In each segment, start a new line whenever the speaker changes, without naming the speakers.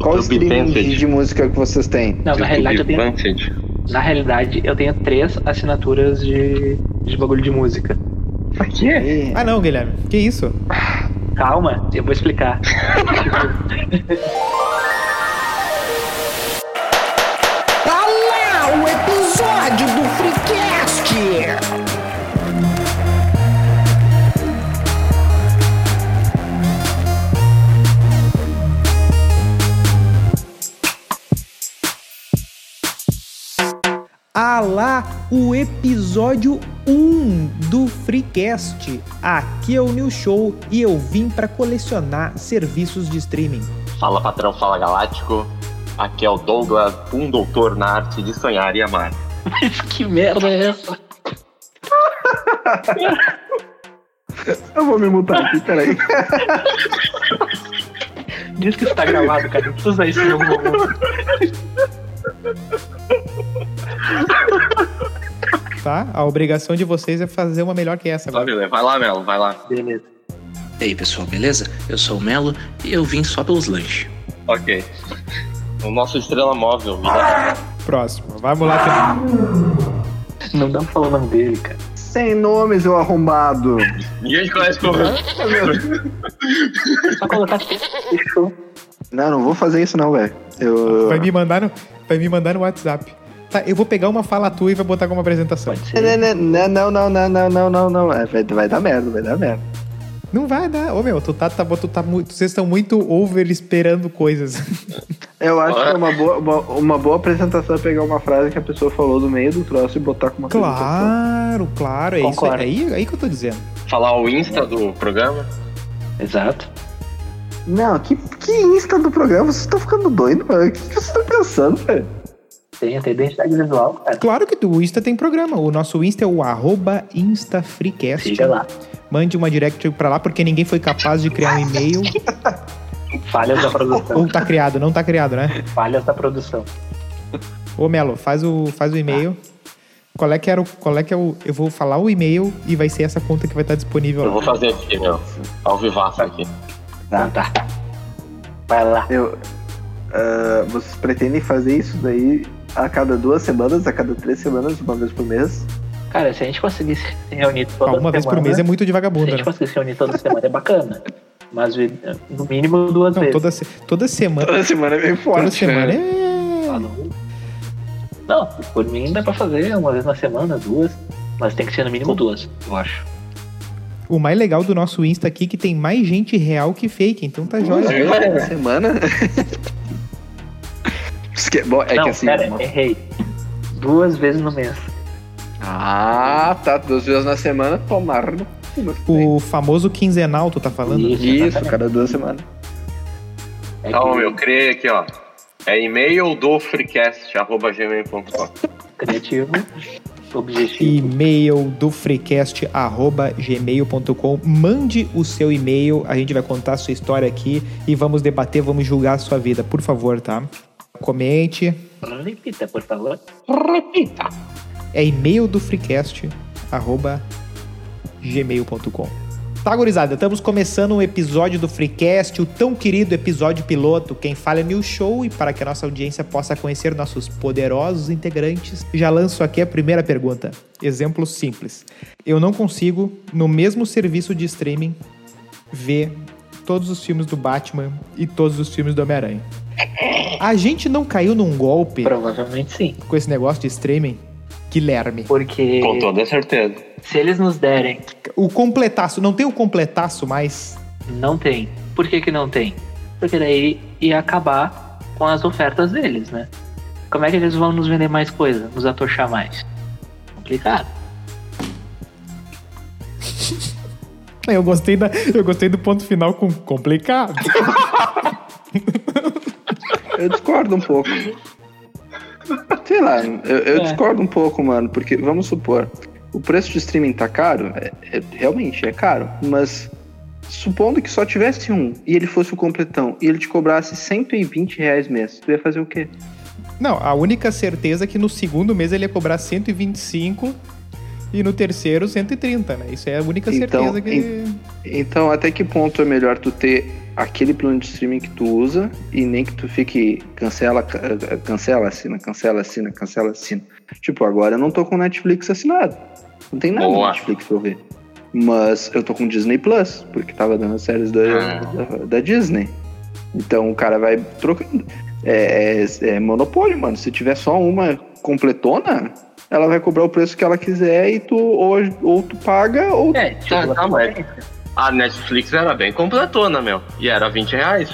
Qual
Do
streaming
Beatles.
de, de música que vocês têm?
Não, na realidade eu tenho.
Buffett.
Na realidade, eu tenho três assinaturas de, de bagulho de música.
Pra quê?
Ih,
Ah não, Guilherme. Que isso?
Calma, eu vou explicar.
Tá lá o episódio do Freecast!
Ah lá, o episódio 1 do Freecast. Aqui é o New Show e eu vim pra colecionar serviços de streaming.
Fala patrão, fala galáctico. Aqui é o Douglas, um doutor na arte de sonhar e amar.
Mas que merda é essa?
Eu vou me mutar aqui, peraí.
Diz que isso tá gravado, cara. Não precisa usar isso no meu
Tá? A obrigação de vocês é fazer uma melhor que essa agora.
Vai lá, Melo, vai lá.
Beleza.
E aí pessoal, beleza? Eu sou o Melo e eu vim só pelos lanches.
Ok. O nosso estrela móvel. né? Guilherme.
Próximo. Vamos lá. Fernando.
Não dá pra falar o nome dele, cara.
Sem nome, seu arrombado.
Ninguém te conhece como
Só colocar. Fechou.
Não, não vou fazer isso não, velho. Eu...
Vai me mandar no, vai me mandar no WhatsApp. Tá, eu vou pegar uma fala tua e vou botar como apresentação.
Pode ser.
Não, não, não, não, não, não, não, não. É, Vai, vai dar merda, vai dar merda.
Não vai dar. Ô meu, tu tá, tá, tu tá muito, vocês estão muito over esperando coisas.
Eu acho que é uma boa, uma, uma boa apresentação é pegar uma frase que a pessoa falou no meio do troço e botar como apresentação.
Claro, claro, é isso
Concordo.
aí, é aí que eu tô dizendo.
falar o Insta do programa?
Exato.
Não, que, que insta do programa? Vocês estão ficando doido, mano. O que, que vocês estão pensando, velho?
Tem até identidade visual, cara.
Claro que o Insta tem programa. O nosso Insta é o arroba InstaFreecast.
Siga lá.
Mande uma direct pra lá, porque ninguém foi capaz de criar um e-mail.
Falhas da produção.
Ou tá criado, não tá criado, né?
Falhas da produção.
Ô Melo, faz o, faz o e-mail. Qual é que era o. Qual é que é o. Eu vou falar o e-mail e vai ser essa conta que vai estar disponível
Eu
lá.
vou fazer aqui, meu. Ao vivaço aqui.
Tá.
Então tá. Vai lá.
Eu, ah, vocês pretendem fazer isso daí a cada duas semanas, a cada três semanas, uma vez por mês?
Cara, se a gente conseguisse se reunir toda
Ah, Uma vez por
semana,
mês é muito de
Se a
vagabundo,
gente
né?
conseguisse se reunir toda semana é bacana. Mas eh, no mínimo duas
Não,
vezes.
toda, se- toda semana.
semana é bem
Toda semana é.
Ah, Não, Não, por mim dá pra fazer uma vez na semana, duas. Mas tem que ser no mínimo duas, eu acho.
O mais legal do nosso Insta aqui é que tem mais gente real que fake, então tá
é Uma
jóia.
vez na semana? Esque- Bom, é
não,
que assim.
pera,
uma-
errei. Duas vezes no mês.
Ah, tá. Duas vezes na semana, tomar no cu, mas tudo bem.
O famoso quinzenal, tu tá falando?
Isso,
exatamente.
cada duas semanas.
É
Calma,
que
Então, meu, criei aqui, ó. É e-mail do freecast.gmail.com.
Criativo, objetivo.
e-mail do freecast@gmail.com. Mande o seu e-mail, a gente vai contar a sua história aqui e vamos debater, vamos julgar a sua vida, por favor, tá? Comente.
Repita, por favor.
É e-mail do freecast@gmail.com. Tá, gurizada, estamos começando um episódio do Freecast, o tão querido episódio piloto. Quem fala é New Show e para que a nossa audiência possa conhecer nossos poderosos integrantes, já lanço aqui a primeira pergunta. Exemplo simples. Eu não consigo, no mesmo serviço de streaming, ver todos os filmes do Batman e todos os filmes do Homem-Aranha. A gente não caiu num golpe
Provavelmente sim.
com esse negócio de streaming, Guilherme.
Porque
Com toda certeza.
se eles nos derem,
O completaço, não tem o completaço mais.
não tem. Por que, que não tem? Porque daí ia acabar com as ofertas deles, né? Como é que eles vão nos vender mais coisa, nos atochar mais? Complicado.
Eu gostei, da, eu gostei do ponto final com complicado.
Eu discordo um pouco. Sei lá, eu, eu
É.
discordo um pouco, mano, porque vamos supor, o preço de streaming tá caro, é- é- realmente é caro, mas supondo que só tivesse um e ele fosse o completão e ele te cobrasse 120 reais mês, tu ia fazer o quê?
Não, a única certeza é que no segundo mês ele ia cobrar 125 E no terceiro, 130, né? Isso é a única certeza
Então,
que.
Então, até que ponto é melhor tu ter aquele plano de streaming que tu usa e nem que tu fique cancela, ca- eh, cancela, assina, cancela, assina, cancela, assina. Tipo, agora eu não tô com Netflix assinado. Não tem nada
Boa.
no Netflix pra eu ver. Mas eu tô com Disney Plus, porque tava dando as séries da,
Ah.
da, da Disney. Então o cara vai trocando. É, é- é monopólio, mano. Se tiver só uma completona, ela vai cobrar o preço que ela quiser e tu ou, ou tu paga ou tu
É,
Tá,
tipo,
tá, mas a Netflix era bem completona, meu. E era 20 reais.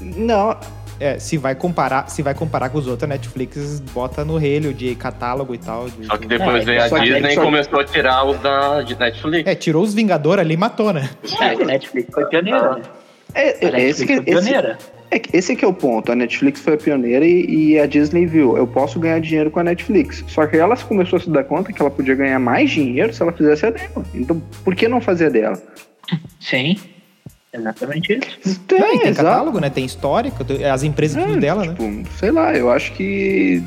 Não,
É, se vai comparar, se vai comparar com os outros, a Netflix bota no relho de catálogo e tal. de-
Só que depois
É,
veio a
só que-
Disney e
só que-
começou a tirar os da de Netflix.
É, tirou os Vingadores ali e matou, né?
é, a Netflix foi pioneira. né?
é,
A
é, esse,
Netflix
que,
foi
esse,
pioneira.
é que- esse que é o ponto. A Netflix foi a pioneira e, e a Disney viu. Eu posso ganhar dinheiro com a Netflix. Só que ela começou a se dar conta que ela podia ganhar mais dinheiro se ela fizesse a dela. Então, por que não fazer a dela?
Sim, exatamente isso.
É,
Não, e tem
exato.
catálogo, né? Tem histórico, tem- as empresas tudo
É,
dela, né?
tipo, sei lá, eu acho que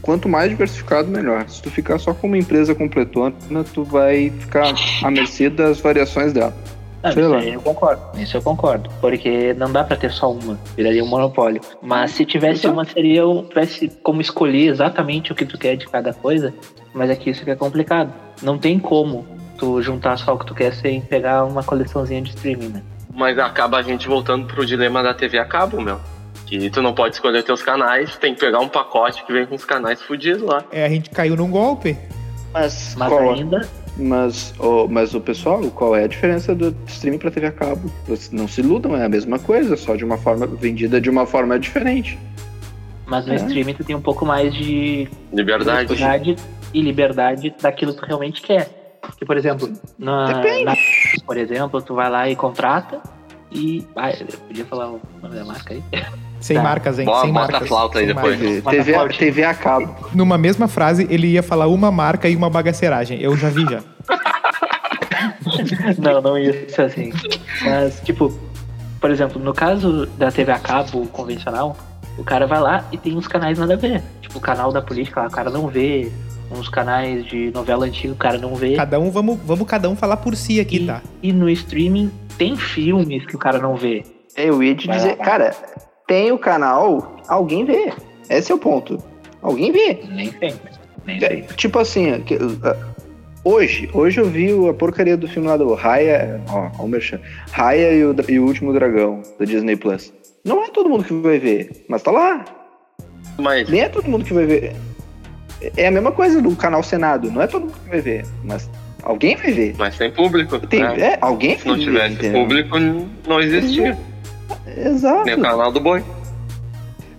quanto mais diversificado, melhor. Se tu ficar só com uma empresa completona, tu vai ficar à mercê das variações dela.
Não,
Sei
Ah, isso
lá.
aí eu concordo. Isso eu concordo. Porque não dá pra ter só uma. Viraria um monopólio. Mas se tivesse
Então.
uma, seria um, tivesse como escolher exatamente o que tu quer de cada coisa. Mas é que isso que é complicado. Não tem como tu juntar só o que tu quer sem pegar uma coleçãozinha de streaming, né?
Mas acaba a gente voltando pro dilema da TV a cabo, meu. Que tu não pode escolher teus canais, tem que pegar um pacote que vem com os canais fudidos lá.
É, a gente caiu num golpe.
Mas,
Mas
qual,
ainda.
Mas, o mas o pessoal, qual é a diferença do streaming para TV a cabo? Vocês não se iludam, é a mesma coisa, só de uma forma vendida de uma forma diferente.
Mas no
É.
streaming tu tem um pouco mais de
Liberdade.
liberdade e liberdade daquilo que tu realmente quer. Que, por exemplo, na,
Depende.
na- por exemplo, tu vai lá e contrata e. Ah, eu podia falar o nome da marca aí?
Sem
Tá.
marcas, hein?
Bota-
Sem
bota a
marcas.
flauta aí
Sem
depois.
marcas.
TV,
Mas
TV, a,
aplaude.
TV a cabo.
Numa mesma frase, ele ia falar uma marca e uma bagaceragem. Eu já vi já.
não, não isso assim. Mas, tipo, por exemplo, no caso da TV a cabo convencional, o cara vai lá e tem uns canais nada a ver. Tipo, o canal da política lá, o cara não vê. Uns canais de novela antiga, o cara não vê.
Cada um, vamos, vamos cada um falar por si aqui,
E,
tá?
e no streaming tem filmes que o cara não vê.
É, Eu ia te
Vai lá,
dizer,
vai.
cara, tem o canal, alguém vê. Esse é o ponto. Alguém vê.
Nem sempre. Nem
É,
sempre.
tipo assim, ó, que, ó, hoje, hoje eu vi o- a porcaria do filme lá do Raya, ó, ó o merchan, Raya e o, Dra- e o Último Dragão, da Disney Plus. Não é todo mundo que vai ver, mas tá lá,
Mas
Nem é todo mundo que vai ver. É a mesma coisa do canal Senado, não é todo mundo que vai ver, mas alguém vai ver.
Mas sem público.
Tem,
né?
é, alguém
Se não
vai ver,
tivesse
entendeu?
público, não existia.
Exato.
Nem o canal do boi.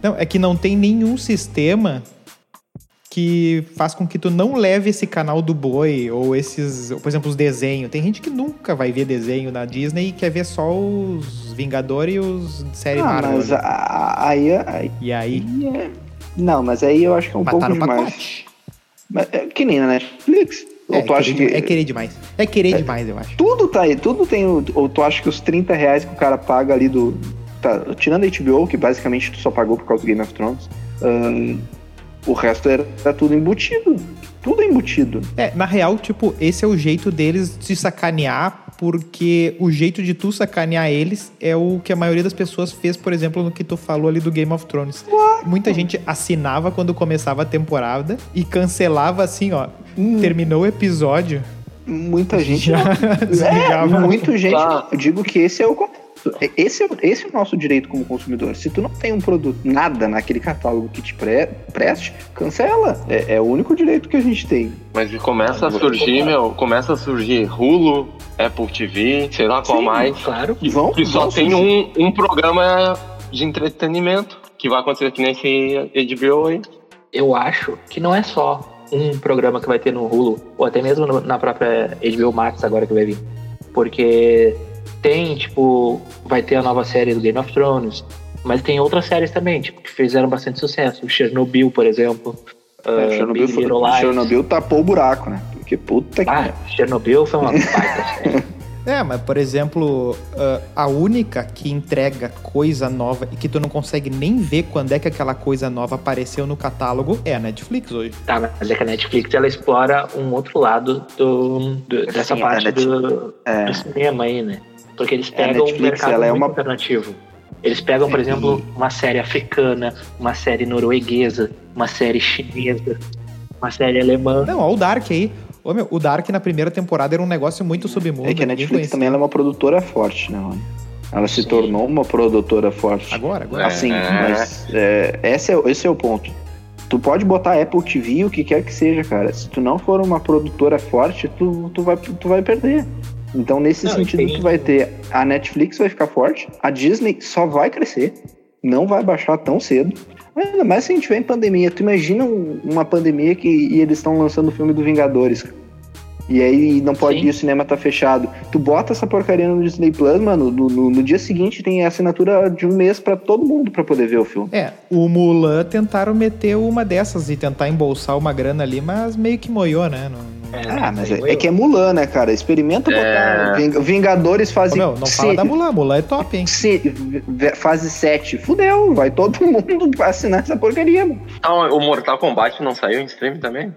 Não, é que não tem nenhum sistema que faz com que tu não leve esse canal do boi ou esses, ou, por exemplo, os desenhos. Tem gente que nunca vai ver desenho na Disney e quer ver só os Vingadores e os série
Ah,
É, Marvel. né?
mas a- a- aí, aí,
E aí,
é- Não, mas aí eu acho que é um pouco
mataram o
demais.
pacote.
Mas é que nem na Netflix.
É,
ou tu acha
querer,
que.
é querer demais. É querer demais, eu acho.
Tudo tá aí, tudo tem. o- Ou tu acha que os 30 reais que o cara paga ali do. Tá, tirando a HBO, que basicamente tu só pagou por causa do Game of Thrones. ahn, o resto era, era tudo embutido. Tudo é embutido.
É, na real, tipo, esse é o jeito deles te sacanear, porque o jeito de tu sacanear eles é o que a maioria das pessoas fez, por exemplo, no que tu falou ali do Game of Thrones. Muita gente assinava quando começava a temporada e cancelava assim, ó. Terminou o episódio,
Muita gente
já
É,
desligava.
muito gente.
Tá.
Eu digo que esse é o. con- Esse é, o- esse é o nosso direito como consumidor. Se tu não tem um produto, nada naquele catálogo que te pre- preste, cancela. É, é o único direito que a gente tem.
Mas começa a surgir, meu, começa a surgir Hulu, Apple TV, sei lá qual
Sim.
mais.
Claro.
Que,
Vão-
que só
vão
tem um,
surgir.
um programa de entretenimento que vai acontecer aqui nesse HBO aí.
Eu acho que não é só um programa que vai ter no Hulu, ou até mesmo no- na própria HBO Max agora que vai vir. Porque tem, tipo, vai ter a nova série do Game of Thrones, mas tem outras séries também, tipo, que fizeram bastante sucesso. Chernobyl, por exemplo.
É,
ah,
né?
Chernobyl,
Big
foi-
Little Lies.
Chernobyl tapou o buraco, né? Porque puta que.
Ah, Chernobyl foi uma baita série.
É, mas por exemplo, ah, a única que entrega coisa nova e que tu não consegue nem ver quando é que aquela coisa nova apareceu no catálogo é a Netflix hoje.
Tá, mas é que a Netflix ela explora um outro lado do, do- dessa
Sim, a
parte
Net-
do,
É.
do cinema aí, né? Porque eles
É, a
pegam um
Netflix,
mercado
ela é
muito
uma-
alternativo. Eles pegam, por
É,
exemplo, uma série africana, uma série norueguesa, uma série chinesa, uma série alemã.
Não, ó, o Dark aí. Ô, meu, o Dark na primeira temporada era um negócio muito submundo.
É que a
ninguém
Netflix
conhecia.
também ela é uma produtora forte, né, mano? Ela se
Sim.
tornou uma produtora forte.
Agora, agora.
Assim, mas é, esse, é, esse é o ponto. Tu pode botar Apple TV, o que quer que seja, cara. Se tu não for uma produtora forte, tu, tu, vai, tu vai perder. Então, nesse
Não,
sentido,
entendi.
tu vai ter a Netflix vai ficar forte, a Disney só vai crescer, não vai baixar tão cedo. Ainda mais se a gente vem em pandemia. Tu imagina um- uma pandemia que e eles estão lançando o filme do Vingadores, cara. E aí não pode
Sim.
ir, o cinema tá fechado. Tu bota essa porcaria no Disney Plus, mano, no, no- no dia seguinte tem a assinatura de um mês pra todo mundo pra poder ver o filme.
É, o Mulan tentaram meter uma dessas e tentar embolsar uma grana ali, mas meio que moiou, né? Não, não...
Ah, mas é, é que é Mulan, né, cara? Experimenta
É.
botar. Ving- Vingadores
Ô,
fase.
meu, não
se-
fala da Mulan, Mulan é top, hein?
se- ve- fase 7. Fudeu, vai todo mundo assinar essa porcaria, mano.
Ah, o Mortal Kombat não saiu em stream também?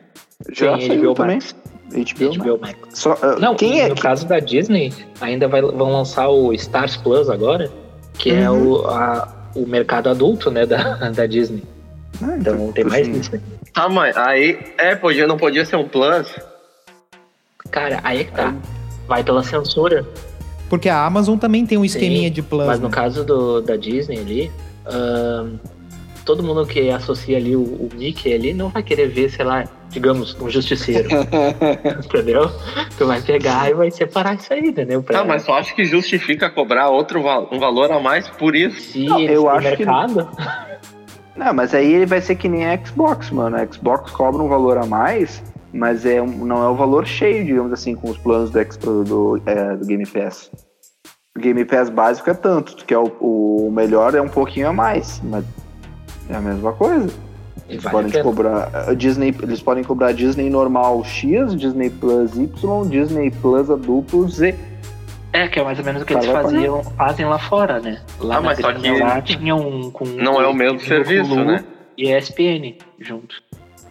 Já
Sim,
saiu
HBO
também.
Max.
HBO, Max.
HBO Max.
Só, ah,
Não,
quem
e
é
no
que-
caso da Disney, ainda vai- vão lançar o Stars Plus agora, que é
Uhum.
o, a- o mercado adulto, né, da, da Disney.
Ah,
Então tem mais
assim,
Disney.
Ah, mas aí. É, podia, não podia ser um Plus.
Cara, aí é que tá. Vai pela censura.
Porque a Amazon também tem um esqueminha de plano.
Mas no caso do, da Disney ali, ahn, todo mundo que associa ali o, o Mickey ali não vai querer ver, sei lá, digamos, um justiceiro. entendeu? Tu vai pegar e vai separar isso aí, entendeu? Pra-
Ah, mas só acho que justifica cobrar outro val- um valor a mais por isso.
Se
Não,
eles
eu
têm
acho que-
mercado,
Não, mas aí ele vai ser que nem a Xbox, mano. A Xbox cobra um valor a mais, mas é um- não é o valor cheio, digamos assim, com os planos do, X- do, do, é, do Game Pass. O Game Pass básico é tanto, que é o, o melhor é um pouquinho a mais, mas é a mesma coisa.
e
Eles
vale a
podem
pena.
cobrar a Disney, eles podem cobrar Disney normal X, Disney Plus Y, Disney Plus adulto Z.
É, que é mais ou menos o que
Tá,
eles
vai pra-
faziam, fazem lá fora, né? Lá
Ah,
na
mas só
gringa
que
lá tinham um com
Não é o mesmo
com
serviço,
Hulu
né?
E ESPN junto.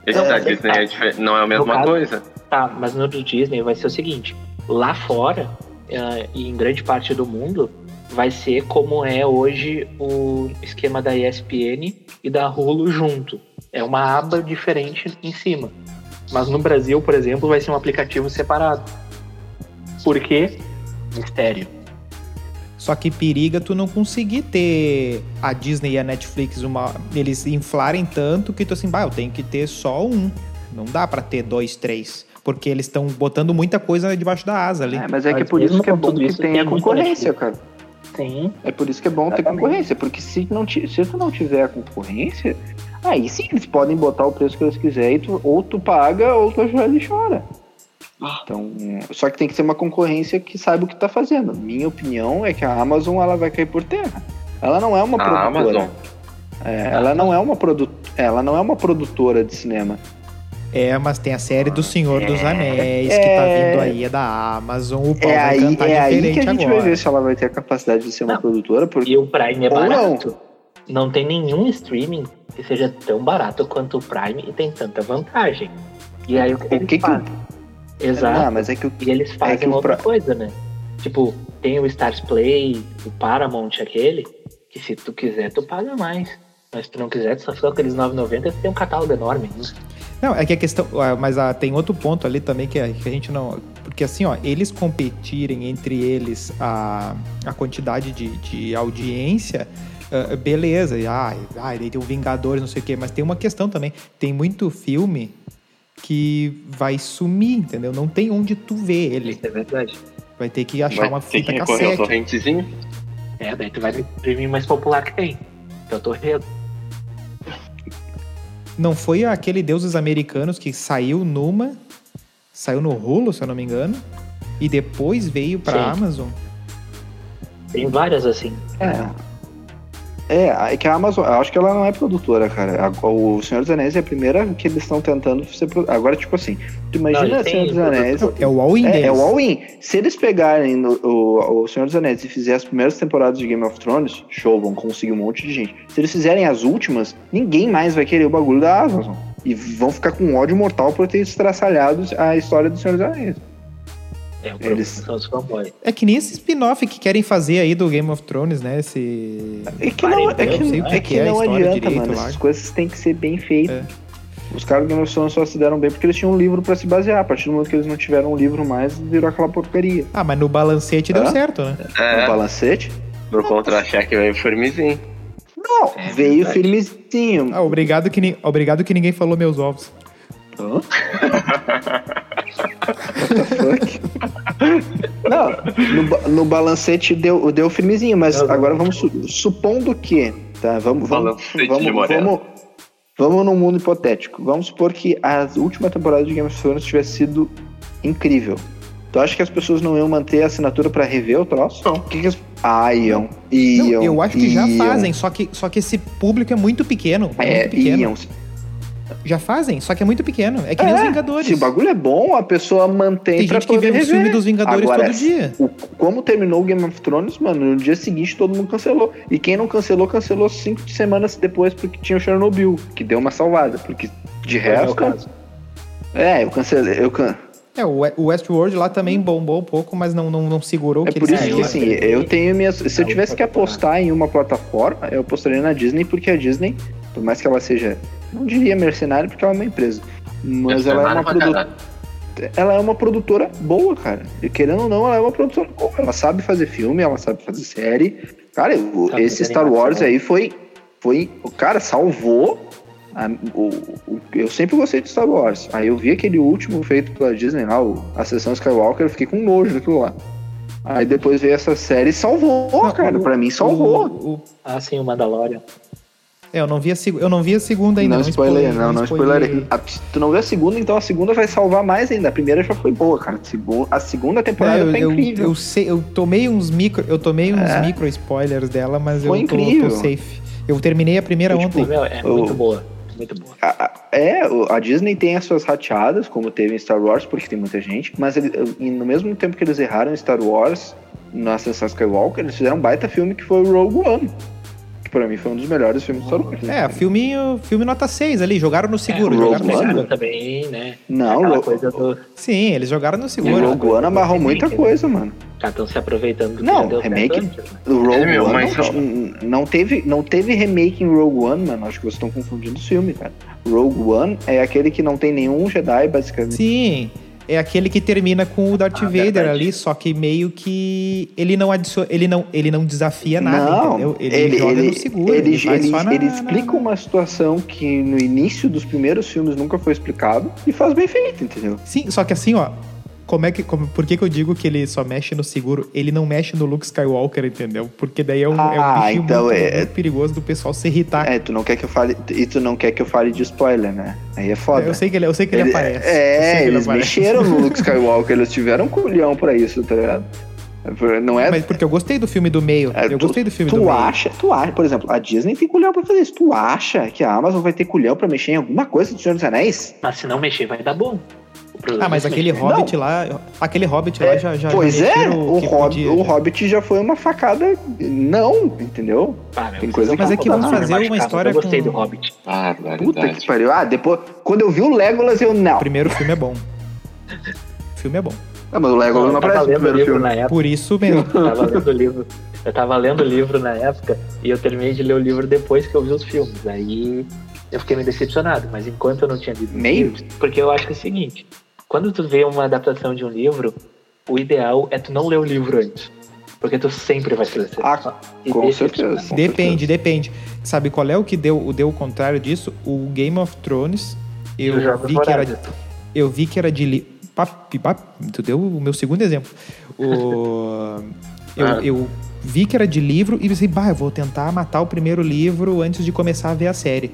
Esse
É,
da
é
Disney é
verdade.
dife- não é a mesma
caso-
coisa.
Tá, mas no do Disney vai ser o seguinte: lá fora, eh, e em grande parte do mundo, vai ser como é hoje o esquema da ESPN e da Hulu junto. É uma aba diferente em cima. Mas no Brasil, por exemplo, vai ser um aplicativo separado. Por quê? Mistério.
Só que periga tu não conseguir ter a Disney e a Netflix, uma, eles inflarem tanto que tu assim, bah, eu tenho que ter só um. Não dá pra ter dois, três. Porque eles estão botando muita coisa debaixo da asa ali.
É, mas é que
Mas
por isso
mesmo
que é
com
bom
tudo
que
isso,
tenha
tem muita
concorrência,
Netflix.
cara.
Sim.
É por isso que é bom ter
Exatamente.
concorrência, porque se, não ti- se tu não tiver a concorrência, aí sim eles podem botar o preço que eles quiserem, e tu- ou tu paga ou tu ajoelha e chora.
Ah.
Então, é, só que tem que ser uma concorrência que saiba o que tá fazendo. Minha opinião é que a Amazon ela vai cair por terra. Ela não é uma
A
produtora.
Amazon.
É, ela não é uma produ... ela não é uma produtora de cinema.
É, mas tem a série do Senhor dos Anéis que tá
É.
vindo aí, é da Amazon. O pau
É
vai
aí,
cantar
é aí
diferente
que a gente
agora.
vai ver se ela vai ter a capacidade de ser uma
Não.
produtora, porque
E o Prime é
Ou não.
barato. Não. tem nenhum streaming que seja tão barato quanto o Prime e tem tanta vantagem. E aí o que,
o
eles
que que o-
fazem? Exato.
Ah, mas é que o
E eles
é que
fazem
o
outra
Pri-
coisa, né? Tipo, tem o Stars Play, o Paramount aquele, que se tu quiser, tu paga mais. Mas se tu não quiser, tu só fica com aqueles 9,90 que tem um catálogo enorme. né?
Não, é que a questão. ah, Mas ah, tem outro ponto ali também que a, que a gente não. Porque assim, ó, eles competirem entre eles a, a quantidade de, de audiência, ah, beleza. E, ah, ah, daí tem o Vingadores, não sei o quê. Mas tem uma questão também. Tem muito filme que vai sumir, entendeu? Não tem onde tu ver ele.
Isso é verdade.
Vai ter que achar
Vai
uma
ter que
fita
recorrer ao
cassete.
torrentezinho.
É, daí tu vai no streaming mais popular que tem. Que eu tô re...
Não foi aquele Deuses Americanos que saiu numa, saiu no rolo, se eu não me engano, e depois veio pra
Sim.
Amazon?
Tem várias assim.
É. É, é que a Amazon, eu acho que ela não é produtora, cara. A- O Senhor dos Anéis é a primeira que eles estão tentando ser. pro- Agora, tipo assim, tu imagina
Não,
o
tem
Senhor dos Anéis.
É o All-In
É,
deles.
é o all-in. Se eles pegarem no- o, o Senhor dos Anéis e fizerem as primeiras temporadas de Game of Thrones, show, vão conseguir um monte de gente. Se eles fizerem as últimas, ninguém mais vai querer o bagulho da Amazon. E vão ficar com ódio mortal por ter estraçalhado a história do Senhor dos Anéis.
É um problema
Eles-
são os fanboys.
É que nem esse spin-off que querem fazer aí do Game of Thrones, né? Esse.
É que não, é que,
Eu não sei o que
é que
que é a
não
história
adianta,
direito,
mano.
eu
Essas
acho.
coisas têm que ser bem feitas. Os caras do Game of Thrones só se deram bem porque eles tinham um livro pra se basear. A partir do momento que eles não tiveram um livro mais, virou aquela porcaria.
Ah, mas no balancete deu
Hã?
certo, né?
Um
É,
balancete?
no contra-cheque veio firmezinho.
Não,
É
veio
verdade.
firmezinho.
Ah, obrigado que, ni- obrigado que ninguém falou meus ovos.
Hã? What the fuck? Não, no, ba- no balancete deu, deu firmezinho, mas
Não, não.
agora vamos su- supondo que, tá? Vamos, vamos,
Balancete de
vamos,
Morella.
vamos, vamos num mundo hipotético. Vamos supor que a última temporada de Game of Thrones tivesse sido incrível. Tu acha que as pessoas não iam manter a assinatura pra rever o troço? Não. Que que as... Ah, iam.
Não,
Iam.
eu acho que já
iam.
fazem, só que, só que esse público é muito pequeno. É,
É,
muito pequeno.
iam.
Já fazem, só que é muito pequeno. É que nem os
É,
Vingadores.
Se o bagulho é bom, a pessoa mantém
Tem
pra
gente que vê
poder
o filme
rever.
dos Vingadores
Agora, é
todo dia.
o- como terminou o Game of Thrones, mano, no dia seguinte todo mundo cancelou. E quem não cancelou, cancelou cinco semanas depois porque tinha o Chernobyl, que deu uma salvada. Porque de
Não é o
resto.
caso.
É, eu cancelei. Eu can...
É, o We- o Westworld lá
Uhum.
também bombou um pouco, mas não, não, não segurou o
É
que
por
eles
isso que
tinham.
assim, eu tenho minhas. Se eu
Não,
tivesse que
pra comprar.
apostar em uma plataforma, eu apostaria na Disney, porque a Disney, por mais que ela seja. Não diria mercenário, porque ela é uma empresa. Mas ela é uma
Mercenário pra
produtora. ela é uma produtora boa, cara. E querendo ou não, ela é uma produtora boa. Ela sabe fazer filme, ela sabe fazer série. Cara, eu-
Sabe
esse
fazer
Star Wars
animação.
aí foi. foi o cara salvou. a- o, o- eu sempre gostei de Star Wars. Aí eu vi aquele último feito pela Disney lá, o- a sessão Skywalker, eu fiquei com nojo daquilo lá. Aí depois veio essa série e salvou,
Não,
cara.
o-
pra mim, salvou.
O- o-
Ah, sim, o Mandalorian.
é, eu não vi a, seg- eu não vi a segunda ainda.
não, spoiler, não, não spoiler.
spoilerei.
A- se tu não vê a segunda, então a segunda vai salvar mais ainda. A primeira já foi boa, cara. A segu- A segunda temporada
É, eu,
foi
eu,
incrível.
eu sei, eu tomei uns micro, eu tomei uns micro spoilers dela, mas
É. Foi
eu tô,
incrível.
tô safe. Eu terminei a primeira
Eu, tipo,
ontem.
Meu, é
O-
muito boa. Muito boa.
A- a- É, o- a Disney tem as suas rateadas, como teve em Star Wars, porque tem muita gente, mas ele- e no mesmo tempo que eles erraram em Star Wars, na Ascensão Skywalker, eles fizeram um baita filme que foi o Rogue One, que pra mim foi um dos melhores filmes de Star Wars.
É, filme, filme nota 6 ali, jogaram no seguro.
É, o
jogaram no
Rogue One.
seguro.
Pegada também, né?
Não, o
Aquela
Ro-
coisa do.
Sim, eles jogaram no
o
seguro.
Rogue One amarrou muita coisa, mano.
Tá, tão se aproveitando do
Não,
que já deu
remake-
certo antes, né?
O Rogue
É, meu,
One
mas
não,
só-
n- não teve, não teve remake em Rogue One, mano. Acho que vocês estão confundindo os filmes, cara. Rogue One é aquele que não tem nenhum Jedi, basicamente.
Sim, é aquele que termina com o Darth
Ah,
Vader
verdade.
ali, só que meio que ele não adiciona, ele não, ele não desafia nada, entendeu? Ele, joga no seguro, ele,
ele,
vai
ele-
só na-
ele explica
na-
uma situação que no início dos primeiros filmes nunca foi explicado e faz bem feito, entendeu?
Sim, só que assim, ó, como é que, como- por que que eu digo que ele só mexe no seguro? Ele não mexe no Luke Skywalker, entendeu? Porque daí é um, é um
Ah,
bichinho
então
muito,
é-
muito perigoso do pessoal se irritar.
É, tu não quer que eu fale e tu não quer que eu fale de spoiler, né? Aí é foda.
eu sei que ele, eu sei que ele,
Ele-
aparece. eu sei
É,
que ele
eles mexeram no Luke Skywalker, eles tiveram um culhão pra isso, tá ligado? Não é
Mas porque eu gostei do filme do meio.
É,
eu
tu-
gostei do filme
tu
do meio.
acha, tu acha, por exemplo, a Disney tem culhão pra fazer isso. Tu acha que a Amazon vai ter culhão pra mexer em alguma coisa do Senhor dos Anéis?
Mas se não mexer, vai dar bom. O problema
Ah, mas
é
aquele
mexer.
Hobbit lá, aquele Hobbit lá já, já
pois
já
é,
mexeram
o,
que
Hob-
podia,
o
já.
Hobbit já foi uma facada. Não, entendeu?
Ah, meu,
Tem coisa
vocês
que-
não
Mas é que vão
vão falar
fazer uma
mais caro,
história
Eu gostei
com-
do Hobbit.
Puta que
Barbaridade.
pariu. Ah, depois, quando eu vi o Legolas, eu não.
O primeiro filme é bom. O filme é bom.
Ah, mas o Legolas não
eu tava
aparece no
lendo o
primeiro
Tá livro né?
É filme.
na época.
Por isso mesmo.
Eu tava lendo o livro. Eu tava lendo o livro na época e eu terminei de ler o livro depois que eu vi os filmes. Aí eu fiquei meio decepcionado, mas enquanto eu não tinha lido os
Meio?
livros, porque eu acho que é o seguinte, quando tu vê uma adaptação de um livro, o ideal é tu não ler o livro antes. Porque tu sempre vai se decepcionar.
Ah,
E
com
decepcionar.
certeza.
Depende, depende. Sabe qual é o que deu o, deu o contrário disso? O Game of Thrones, eu
E os Jogos
vi que era
Vorazes.
eu vi que era de li... pap- pap- tu deu o meu segundo exemplo. O- eu,
Ah.
eu vi que era de livro e pensei, bah, eu vou tentar matar o primeiro livro antes de começar a ver a série.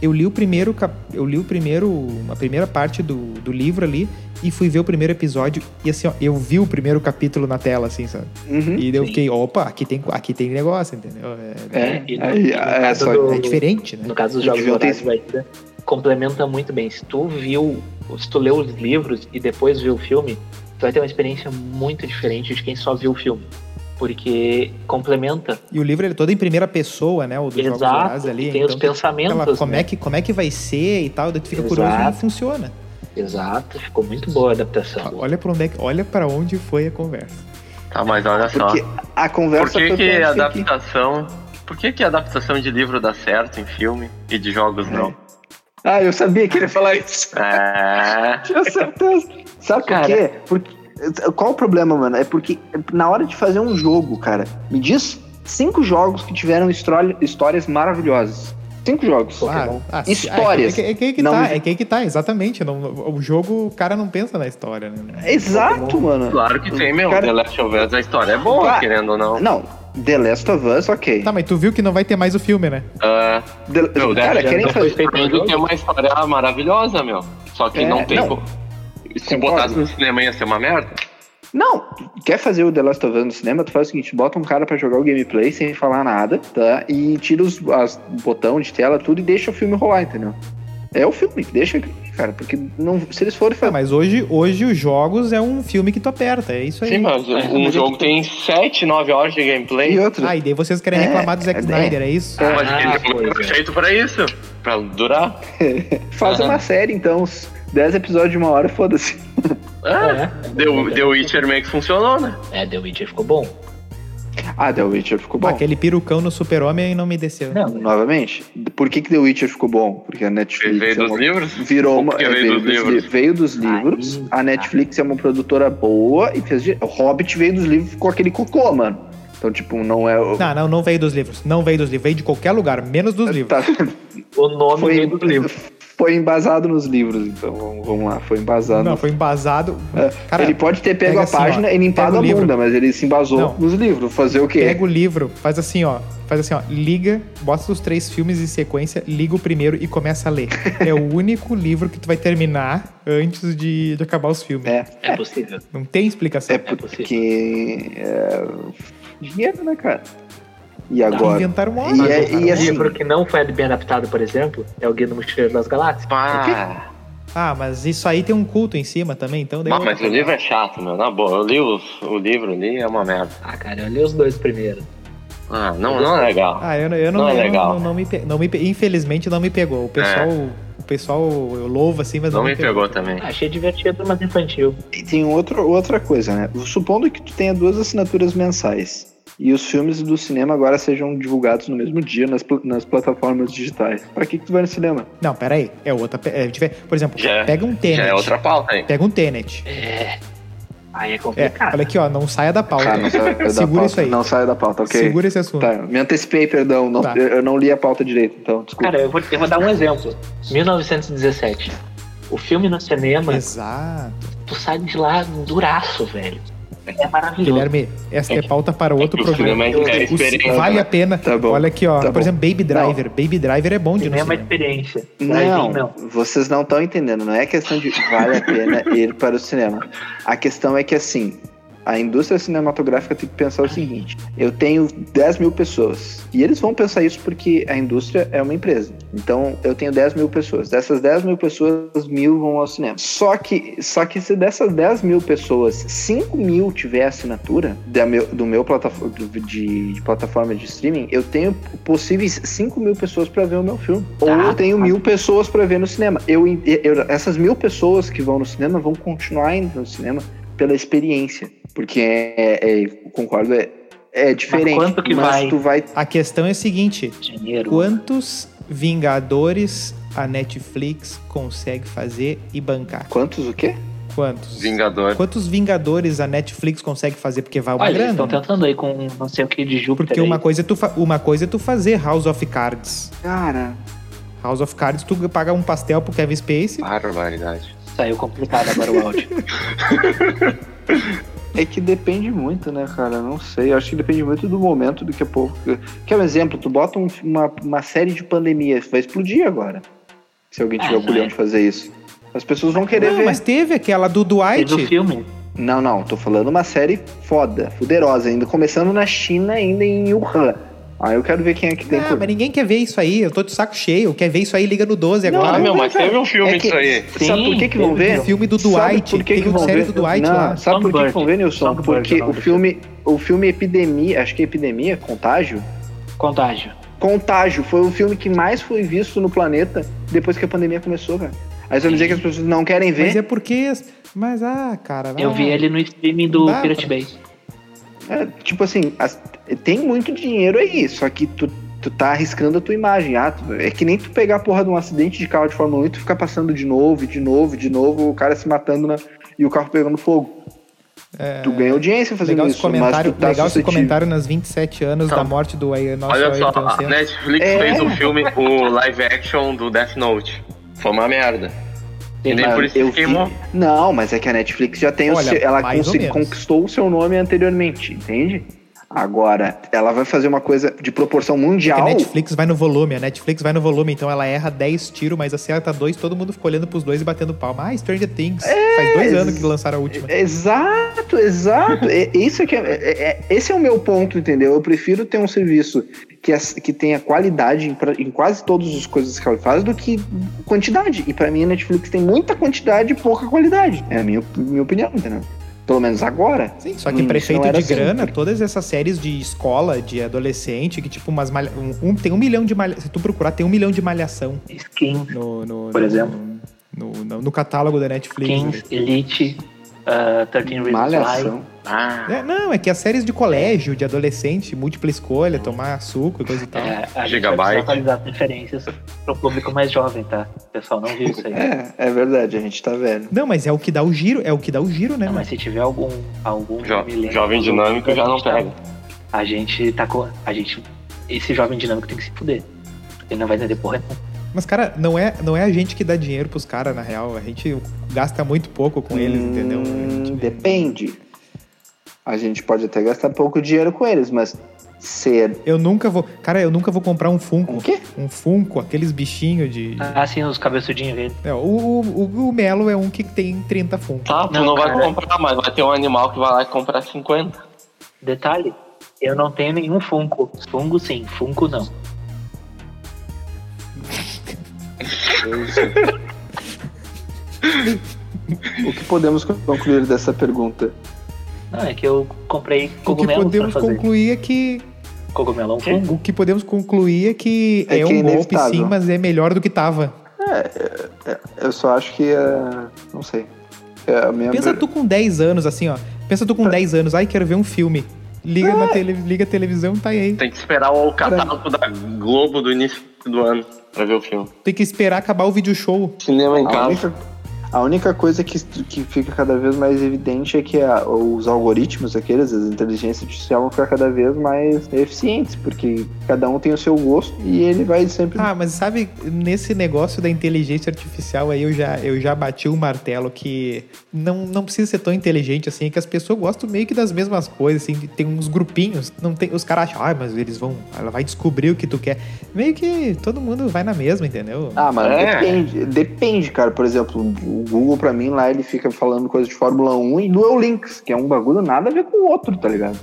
eu li o primeiro, cap- eu li o primeiro, a primeira parte do, do livro ali e fui ver o primeiro episódio e assim, ó, eu vi o primeiro capítulo na tela, assim, sabe?
Uhum.
E daí eu
Hum, Sim.
fiquei, opa, aqui tem, aqui tem negócio, entendeu? É,
É,
E no-
aí,
e no
é,
caso
só-
do-
é diferente, né?
No caso dos jogos
Devia ter-
vorazes ainda, complementa muito bem. Se tu viu, se tu leu os livros e depois viu o filme, tu vai ter uma experiência muito diferente de quem só viu o filme. Porque complementa.
E o livro ele é todo em primeira pessoa, né? O dos Jogos Vorazes
Exato.
ali.
e tem os
então tem
pensamentos.
aquela- como,
né?
é que, como é que vai ser e tal, daí tu fica
Exato.
curioso e funciona.
Exato. Ficou muito boa a adaptação.
Olha pra onde, é que- olha pra onde foi a conversa.
Tá, mas olha só.
Porque a
Por
conversa foi
que,
pra
que
onde tem
a
que ir.
adaptação. Por que, que a adaptação de livro dá certo em filme e de jogos não?
Ah, eu sabia que ele ia falar isso.
É.
Tinha certeza. Sabe por
Cara.
quê? Porque, qual o problema, mano? É porque na hora de fazer um jogo, cara, me diz cinco jogos que tiveram história- histórias maravilhosas. Cinco jogos.
Claro. Ah, se-
Histórias.
É, que- é, que- é que
Não,
tá,
mas-
é que aí que tá, exatamente. Não- o jogo, o cara não pensa na história, né?
Exato, mano.
Claro que tem, meu.
Cara-
The Last of Us, a história é boa,
Claro.
querendo ou não.
Não, The Last of Us, ok.
Tá, mas tu viu que não vai ter mais o filme, né?
Ah,
The-
Meu,
cara,
já-
querem
já foi
fazer.
feito um
Ele
jogo.
tem uma história maravilhosa, meu. Só que
É,
não tem.
não.
co- Se
Concordo.
botasse no cinema ia ser uma merda.
Não, quer fazer o The Last of Us no cinema? Tu faz o seguinte: bota um cara pra jogar o gameplay sem falar nada, tá? E tira os as, botão de tela, tudo e deixa o filme rolar, entendeu? É o filme, deixa, cara, porque não, se eles forem
Ah,
fazer.
mas hoje, hoje os jogos é um filme que tu aperta, é isso aí.
Sim, mas
mas
um
é
jogo
que-
tem 7, 9 horas de gameplay.
E outro.
Ah, e daí vocês querem
É,
reclamar do Zack
é,
Snyder, é isso?
Mas ele
Ah,
tem um
pois é.
jogo feito pra isso. Pra durar.
Faz uma série, então, uns 10 episódios de uma hora, foda-se.
É. Deu, deu Witcher meio que funcionou, né?
Ah, É, The Witcher ficou bom.
Ah, The Witcher ficou bom.
Pô, aquele perucão no Super-Homem não me desceu.
Não,
Novamente, por que, que The Witcher ficou bom? Porque a Netflix
Veio
é
dos
uma-
livros.
virou uma.
Porque
é,
veio dos
li-
livros.
veio dos livros.
Aí,
a Netflix é uma produtora boa e fez. di- O Hobbit veio dos livros com aquele cocô, mano. Então, tipo, não é. o-
Não, não, não veio dos livros. Não veio dos livros. Veio de qualquer lugar, menos dos livros.
Tá,
O nome
foi, um
veio do livro.
foi embasado nos livros, então vamos, vamos lá. Foi embasado.
Não, foi embasado. Cara,
É, ele pode ter pego
pega
a
assim, ó,
página e limpado
pega
a
o livro.
bunda, mas ele se embasou
Não.
nos livros. Fazer o quê?
pega o livro, faz assim, ó. Faz assim, ó. Liga, bota os três filmes em sequência, liga o primeiro e começa a ler. é o único livro que tu vai terminar antes de, de acabar os filmes.
É,
É possível.
Não tem explicação.
é
Ah,
porque. É, dinheiro, né, cara?
Tá.
E agora?
inventaram uma
E
hora.
é-
cara.
e
Um
assim-
livro que não foi bem adaptado, por exemplo, é o Guia do Mochileiro das Galáxias.
Pá.
Ah, mas isso aí tem um culto em cima também, então... daí
Ah,
eu-
mas o livro é chato, meu. Na boa, eu li os- o livro ali, é uma merda.
Ah, cara, eu li os dois primeiro.
Ah, não, não é legal.
Ah, eu, não- eu não,
Não é
eu não-
legal.
não- não me, pe- não me pe- infelizmente não me pegou. O pessoal, o pessoal eu louvo assim, mas não,
É. Não me pegou também.
Achei divertido, mas infantil.
E tem outro, outra coisa, né? Supondo que tu tenha duas assinaturas mensais e os filmes do cinema agora sejam divulgados no mesmo dia nas, pl- nas plataformas digitais. Pra que, que tu vai no cinema?
Não, pera aí. É outra... pe- é difer- por exemplo,
Já é-
pega um Tenet.
Já é outra pauta, hein?
Pega um Tenet.
Aí é
É,
complicado.
olha aqui, ó. Tá, Não saia da pauta.
Ah, não sai da
Segura
pauta.
isso aí.
Não sai da pauta, ok?
Segura esse assunto.
Tá, me antecipei, perdão. não-
Tá.
Eu eu não li a pauta direito, então, desculpa.
Cara, eu vou, eu vou dar um exemplo. 1917. O filme no cinema,
Exato.
tu sai de lá duraço, velho. É maravilhoso.
Guilherme, esta é pauta para outro
Hum. É que o
programa.
cinema é
O-
experiência,
Vale
né?
a pena.
Tá bom.
Olha aqui, ó.
Tá
por
bom.
exemplo, Baby Driver. Baby Driver é bom de ir no
Cinema é
cinema.
experiência.
não,
Drive-in, não.
vocês não estão entendendo. Não é questão de vale a pena ir para o cinema. A questão é que, assim, a indústria cinematográfica tem que pensar o seguinte: eu tenho 10 mil pessoas. E eles vão pensar isso porque a indústria é uma empresa. Então, eu tenho 10 mil pessoas. Dessas 10 mil pessoas, mil vão ao cinema. Só que, só que se dessas 10 mil pessoas, 5 mil tiver assinatura da meu- do meu plataforma, de, de plataforma de streaming, eu tenho possíveis 5 mil pessoas para ver o meu filme. Ou eu tenho mil pessoas para ver no cinema. Eu, eu- essas mil pessoas que vão no cinema vão continuar indo no cinema pela experiência. Porque é, é- concordo, é, é diferente.
quanto que
mas
vai?
tu vai.
A questão é a seguinte.
Dinheiro.
Quantos Vingadores a Netflix consegue fazer e bancar?
Quantos o quê?
Quantos?
Vingador.
Quantos Vingadores a Netflix consegue fazer? Porque vai uma
Olha, eles
grana.
estão
né?
tentando aí com não sei o que de Júpiter.
Porque
aí.
uma coisa, é tu fa- uma coisa é tu fazer House of Cards.
Cara.
House of Cards, tu paga um pastel pro Kevin Space.
Barbaridade.
Saiu complicado agora o áudio.
É que depende muito, né, cara? Não sei. Eu acho que depende muito do momento, do que a pouco. Quer um exemplo? Tu bota um- uma, uma série de pandemias, vai explodir agora. Se alguém tiver
Ah,
o culhão de fazer isso. As pessoas vão querer
Não,
ver.
mas teve aquela do
Fez o
Dwight.
filme.
Não, não, tô falando uma série foda, fuderosa, ainda começando na China, ainda em Wuhan. Ah, eu quero ver quem é que tem.
Ah,
cul-
mas ninguém quer ver isso aí. Eu tô de saco cheio. Quer ver isso aí? Liga no 12
Não,
agora.
Ah, meu, mas
cara,
teve um filme
é que-
disso aí.
Sabe por que que vão ver?
O filme do Dwight.
Sabe por que
tem
que
uma
vão
série
ver?
do Dwight
não,
lá.
Sabe por que que
Songbird.
vão ver, Nilson?
Songbird é
Porque
o nome
o
do
filme, o filme Epidemia, acho que é Epidemia, Contágio.
Contágio.
Contágio foi o filme que mais foi visto no planeta depois que a pandemia começou, cara. Aí você vai me dizer que as pessoas não querem ver.
Mas é porque. Mas, ah, cara.
Eu
ah,
vi ele no streaming do
Dá
Pirate
pra-
Bay.
É, tipo assim, as- tem muito dinheiro aí, só que tu, tu tá arriscando a tua imagem. Ah, tu- é que nem tu pegar a porra de um acidente de carro de Fórmula 1 e tu ficar passando de novo, de novo, de novo, o cara se matando na- e o carro pegando fogo. Tu ganha audiência fazendo
É, Legal, esse
isso, mas tu
comentário,
tá
legal esse
suscetível.
comentário nas 27 anos
Tá.
da morte do eh, nosso
Olha só, né?
Ayrton
a
Senna.
Netflix
É.
fez um filme, o live action do Death Note. Foi uma merda. E
é
nem
Mas
por isso
eu
que queimou.
vi- Não, mas é que a Netflix já tem o
Olha,
seu, ela
mais ou
conse-
menos.
conquistou o seu nome anteriormente, entende? Agora, ela vai fazer uma coisa de proporção
É A
mundial.
Netflix vai no volume, a Netflix vai no volume, então ela erra 10 tiros, mas acerta dois, todo mundo fica olhando pros dois e batendo palma. Ah, Stranger Things.
É,
Faz dois anos que lançaram a última.
Exato, exato. É- isso é que é- é- é- esse é o meu ponto, entendeu? Eu prefiro ter um serviço que, as- que tenha qualidade em, pra- em quase todas as coisas que ela faz do que quantidade. E pra mim a Netflix tem muita quantidade e pouca qualidade. É a minha, op- minha opinião, entendeu? Pelo menos agora.
Sim, só
Hum,
que
isso
prefeito
não
de
era
grana,
sempre.
todas essas séries de escola, de adolescente, que tipo umas malha... um, um- tem um milhão de malha... se tu procurar tem um milhão de malhação
Skin,
no, no-
Por
no-
exemplo?
no, no- no catálogo da Netflix.
Kings, Elite, uh, 13 Reasons Why.
Malhação.
Ah,
É, não, é que as séries de colégio, de adolescente, múltipla escolha, tomar suco e coisa e
Então,
tal.
É, a gente vai
Gigabyte.
precisar atualizar as referências pro público mais jovem, tá? O pessoal não viu isso aí.
É, é verdade, a gente tá velho.
Não, mas é o que dá o giro, é o que dá o giro, né?
Não,
mano?
mas se tiver algum, algum
Jo-
milênio-
jovem dinâmico já não pega.
A gente tá com. A gente. Esse jovem dinâmico tem que se fuder. Ele não vai entender porra nenhuma.
Mas, cara, não é, não é a gente que dá dinheiro pros caras, na real. A gente gasta muito pouco com eles,
Hum,
entendeu? A gente-
Depende. A gente pode até gastar pouco dinheiro com eles, mas ser.
Eu nunca vou. Cara, eu nunca vou comprar um
O
Funko.
quê?
Um Funko, aqueles bichinhos de.
Ah, sim, os cabeçudinhos dele.
É, o, o, o Melo é um que tem 30 Funko.
Tá, tu
Não,
não, vai
cara.
comprar, mas vai ter um animal que vai lá e comprar 50.
Detalhe, eu não tenho nenhum Funko. Fungo sim, Funko não.
O que podemos concluir dessa pergunta?
Não, é que eu comprei
O que
cogumelos pra
podemos
fazer.
concluir é que.
Cogumelo é um fungo.
O que podemos concluir é que
É que
é,
é
um golpe,
inevitável.
sim, mas é melhor do que tava.
Eu só acho que. é, não sei. É, Tá. a minha
Pensa tu com 10 anos, assim, ó. Pensa tu com 10 anos, ai, quero ver um filme. Liga,
Ah!
na tele, liga a televisão, tá aí.
Tem que esperar o catálogo da Globo do início do ano pra ver o filme.
Tem que esperar acabar o vídeo show.
Cinema em
A
casa.
única, a única coisa que, que fica cada vez mais evidente é que a- os algoritmos, aqueles, as inteligências artificiais vão ficar cada vez mais eficientes, porque cada um tem o seu gosto e ele vai sempre.
Ah, mas sabe, nesse negócio da inteligência artificial aí, eu já, eu já bati o martelo que não, não precisa ser tão inteligente assim, que as pessoas gostam meio que das mesmas coisas, assim, tem uns grupinhos, não tem, os caras acham, ah, mas eles vão, ela vai descobrir o que tu quer. Meio que todo mundo vai na mesma, entendeu?
Ah, mano,
É.
depende, depende, cara. Por exemplo, o Google, pra mim, lá ele fica falando coisa de Fórmula 1 e Duel Links, que é um bagulho nada a ver com o outro, tá ligado?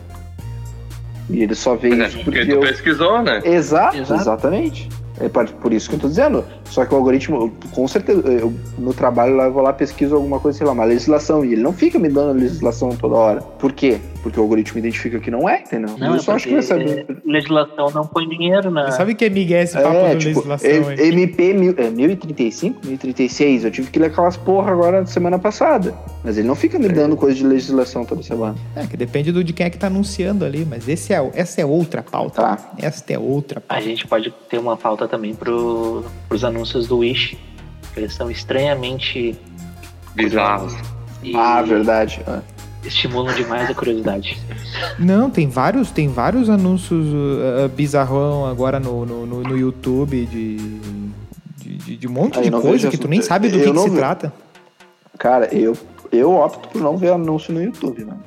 E ele só vê
É,
isso porque
porque tu
eu...
pesquisou, né?
Exato,
Exato.
exatamente. É par- por isso que eu tô dizendo. Só que o algoritmo, eu- com certeza, eu, no trabalho lá eu vou lá, pesquiso alguma coisa, sei lá, uma legislação, e ele não fica me dando legislação toda hora. Por quê? Porque o algoritmo identifica que não é, entendeu?
Não,
eu
é
só acho que vai saber.
porque legislação não põe dinheiro na.
Sabe o que é Miguel esse papo
É,
do
tipo,
legislação aí?
é, MP mil, é, 1035, 1036. Eu tive que ler aquelas porra agora na semana passada. Mas ele não fica me dando coisa de legislação toda semana.
É, que depende do de quem é que tá anunciando ali, mas esse é, o- essa é outra pauta.
Tá.
Esta é outra pauta.
A gente pode ter uma pauta também pro, pros anúncios do Wish. que Eles são estranhamente
Bizarros.
e
Ah, verdade. Ah.
estimulam demais a curiosidade.
Não, tem vários, tem vários anúncios uh, uh, bizarrão agora no, no, no- no YouTube de, de, de- de um monte
Ah,
de
eu não
coisa
vejo
que tu
assunto.
nem sabe do
Eu
que, que
não
se
ve-
trata.
Cara, eu, eu opto por não ver anúncio no YouTube, mano.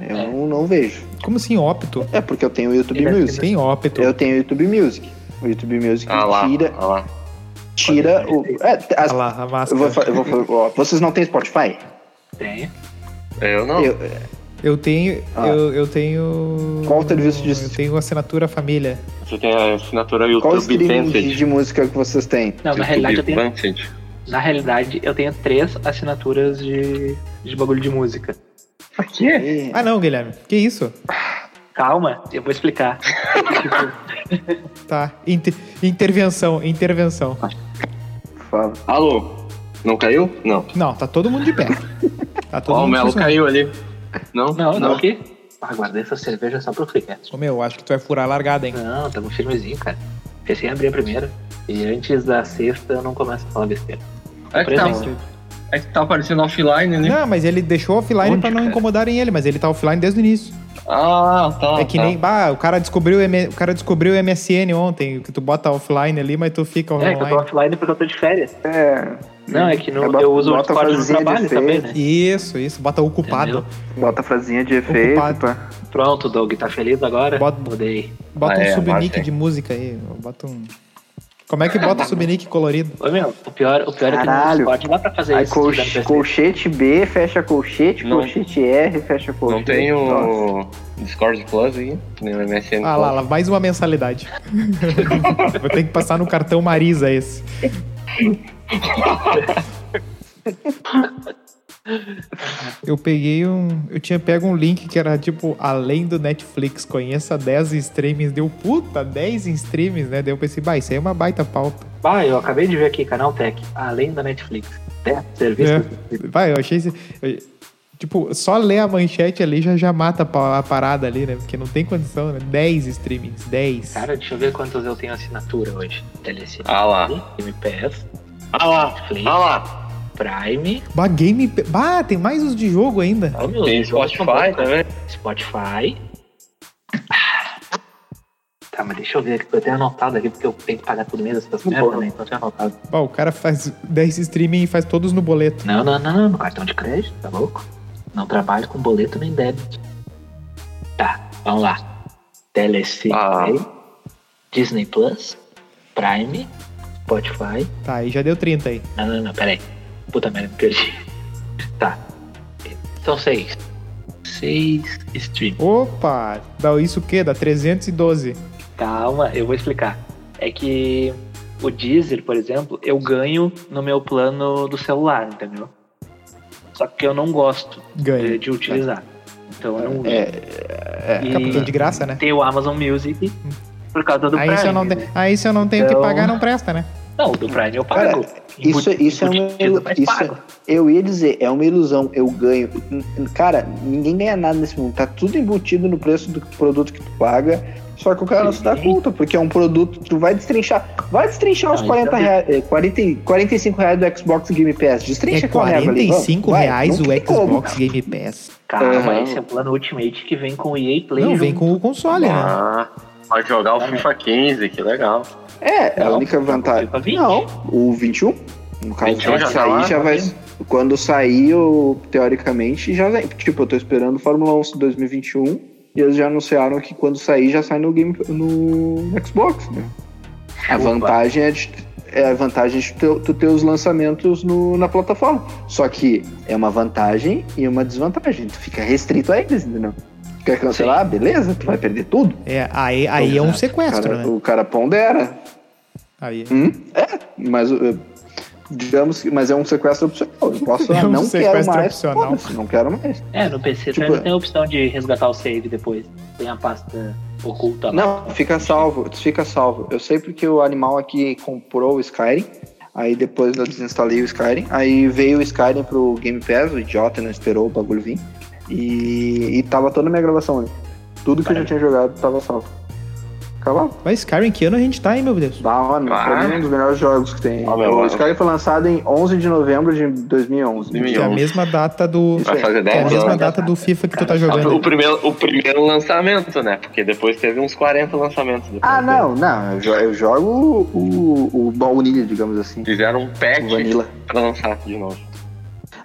Eu não, não vejo.
Como assim, Opto?
É porque eu tenho o YouTube
Ele deve
Music.
Tem Opto.
Eu tenho o YouTube Music. O YouTube Music
Ah lá,
tira,
ah lá.
tira o. É, as-
Ah lá, a
eu
máscara.
vou, fa- eu vou, ó, vocês não têm Spotify?
Tem.
Eu não.
Eu-
Eu tenho.
Ah.
Eu, eu tenho.
Qual o serviço de-
Eu tenho assinatura família.
Você tem a assinatura
qual
YouTube
streaming de,
Advanced.
de música que vocês têm?
Não, na
YouTube
realidade eu tenho.
Advanced.
Na realidade, eu tenho três assinaturas de, de bagulho de música. Por quê?
E-
Ah, não, Guilherme. Que isso?
Calma, eu vou explicar. tipo,
Tá. Inter- intervenção, intervenção.
fala.
Alô? Não caiu? Não.
Não, tá todo mundo de pé. Tá todo
Ó, o
mundo
Melo
funcionando.
caiu ali. Não?
não, não, aqui. Ah, guardei essa cerveja só pro Freecast.
Ô, meu, acho que tu vai furar a largada, hein?
Não, tamo firmezinho, cara. Pensei em abrir a primeira. E antes da sexta eu não começo a falar besteira.
É que, tá, é que tá aparecendo offline, né?
Não, mas ele deixou offline
Onde, é?
pra não
cara?
incomodarem ele, mas ele tá offline desde o início.
Ah, tá.
é que
tá.
nem. Bah, o cara descobriu o M- o cara descobriu o MSN ontem, que tu bota offline ali, mas tu fica
É, que eu tô
online.
offline porque eu tô de férias.
É,
Não, é que no,
É, bota-
eu uso o
bota a
Discord no
frasezinha de
trabalho
efeito.
também, né?
Isso, isso, bota ocupado.
bota a frasinha de efeito.
Ocupado.
pá.
Pronto, Doug, tá feliz agora?
Bota-
Mudei.
Bota
Ah,
um
é,
subnick
massa, hein?
de música aí. Bota um. Como é que bota subnick colorido?
Ô, meu, o pior, o pior é que no
Caralho.
Discord dá pra fazer
Aí
isso. se tiver no
colch-
PC.
colchete B, fecha colchete,
Não.
colchete R, fecha colchete.
Não tem
Nossa.
o Discord Plus aí, nem o MSN
Ah
Plus.
lá, lá, mais uma mensalidade. Vou ter que passar no cartão Marisa esse. Eu peguei um. Eu tinha pego um link que era tipo, além do Netflix, conheça 10 streams. Deu puta, 10 streams, né? Daí eu pensei, bah, isso aí é uma baita pauta.
Bah, eu acabei de ver aqui, Canal Tech, além da Netflix. Até
É.
serviço.
Vai, eu achei. esse- eu- Tipo, só ler a manchete ali já, já mata a pa- a parada ali, né? Porque não tem condição, né? 10 streamings, 10.
Cara, deixa eu ver quantos eu tenho assinatura hoje. TLC,
Ah lá.
MPS,
Ah lá.
Netflix,
Ah lá.
Prime,
Bah, game. Bah, tem mais os de jogo ainda.
ó, meu,
Tem
os jogos são bons,
Spotify né?
cara.
também.
Spotify. Ah. Tá, mas deixa eu ver aqui, que eu tenho anotado aqui, porque eu tenho que pagar todo mês essas merdas, né? Então eu tenho anotado.
Bah, o cara faz 10 streaming e faz todos no boleto.
Não, não, não, não, no cartão de crédito, tá louco? Não trabalho com boleto nem débito. Tá, vamos lá. TLC,
Ah.
Disney Plus, Prime, Spotify.
Tá, aí já deu 30 aí.
Não, não, não, peraí. Puta merda, me perdi. Tá. São seis. Seis streams.
Opa! Dá isso o quê? Dá 312.
Calma, eu vou explicar. É que o Deezer, por exemplo, eu ganho no meu plano do celular, entendeu? Só que eu não gosto eh,
Ganha.
de utilizar. Então eu não uso.
É,
Fica porque é
e
de graça, né?
tem o Amazon Music por causa do
Aí
Prime.
se, eu não
né?
te- aí se eu não tenho o que
Então-
pagar, não presta, né?
Não, do Prime eu pago.
Isso,
Embutido,
isso é uma.
mas
Isso,
pago.
eu ia dizer, é uma ilusão. Eu ganho. Cara, ninguém ganha nada nesse mundo. Tá tudo embutido no preço do produto que tu paga. Só que o cara não se dá
Sim.
conta, porque é um produto. Tu vai destrinchar. Vai destrinchar os
Ah,
40
então-
reais, eh, 40, e- 45 reais do Xbox Game Pass. Destrincha
É
com a régua ali. Vamos,
45
vai,
reais
não
o
tem como.
Xbox Game Pass.
Calma,
Aham.
esse é o plano Ultimate que vem com o EA Play.
Não,
junto.
vem com o console, né?
Ah, pode jogar o FIFA 15, que legal.
É, é a
Não,
única vantagem.
FIFA 20.
Não, o 21. No caso,
21
quando
já tá
sair,
lá,
já
tá
vai.
vendo?
Quando sair, eu, teoricamente, já vem. Tipo, eu tô esperando o Fórmula 1 2021. E eles já anunciaram que quando sair, já sai no game no Xbox, né? A
Opa.
vantagem é de. É a vantagem de tu, tu ter os lançamentos no- na plataforma. Só que é uma vantagem e uma desvantagem. Tu fica restrito a eles, entendeu? Tu quer cancelar? Beleza, tu vai perder tudo.
É, aí aí é um
Exato,
O
sequestro,
cara-
né?
o cara pondera.
Aí.
Hum? Mas eh, digamos que. Mas é um sequestro opcional. Eu posso
É
ah,
um
não quero
sequestro
mais.
opcional.
foda-se, Não quero mais.
É, no PC
Tipo,
também tem a opção de resgatar o save depois. Tem a pasta oculta lá.
Não, fica salvo, fica salvo. Eu sei porque o animal aqui comprou o Skyrim. Aí depois eu desinstalei o Skyrim. Aí veio o Skyrim pro Game Pass, o idiota não esperou o bagulho vir. E, e tava toda a minha gravação ali. Tudo que eu já tinha jogado tava salvo. Acabou.
Mas Skyrim, que ano a gente tá, hein, meu Deus?
Dá uma, pra
Ah.
mim, é um dos melhores jogos que tem.
Ah, meu,
o
eu-
Skyrim foi lançado em 11 de novembro de 2011.
2011.
Que é a mesma data do.
Isso
Vai
aí.
fazer
Que é a
10
mesma
anos.
data do FIFA que tu tá
Ah, O
jogando.
primeiro, o primeiro lançamento, né? Porque depois teve uns 40 lançamentos. depois né?
Ah,
dele.
é.
não, não. Eu, jo- eu jogo o, o baunilha, digamos assim.
Fizeram um patch
O vanilla.
pra lançar de novo.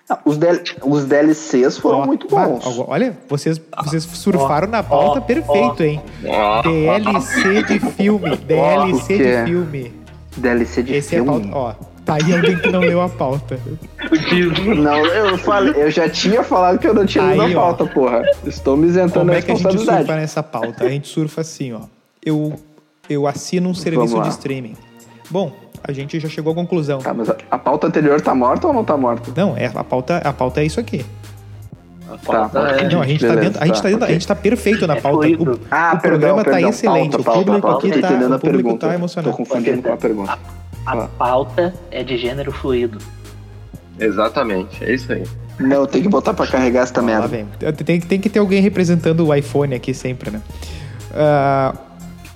Não, Os, DL os DLCs foram
Ó,
muito
bah,
bons.
ó, olha, vocês, vocês surfaram na pauta
ó,
perfeito, hein?
Ó,
DLC de filme. DLC
o que é?
de filme.
DLC de
Esse é a
filme.
pauta. Ó, tá aí alguém que não leu a pauta.
Não, eu falei, eu já tinha falado que eu não tinha lido
Aí,
a
ó.
pauta, porra. Estou me isentando
Como
da
é que a gente surfa
Então responsabilidade.
nessa pauta? A gente surfa assim, ó. Eu, eu assino um serviço
Vamos lá.
de streaming. Bom, a gente já chegou à conclusão.
Tá, mas a, a pauta anterior tá morta ou não tá morta?
Não, é, a, pauta, a pauta é isso aqui.
Tá.
Não, a gente tá
Beleza,
dentro, a gente tá, dentro, a gente tá perfeito na pauta.
fluido.
O,
Ah,
o programa tá excelente, o público aqui
Tô
tá-
entendendo
o
a
público
pergunta.
tá emocionado.
Tô confundindo com a pergunta.
A pauta é de gênero fluido.
Exatamente, é isso aí.
Não, tem que botar pra carregar essa
lá
merda.
vem. Tem, tem que ter alguém representando o iPhone aqui sempre, né? Ah,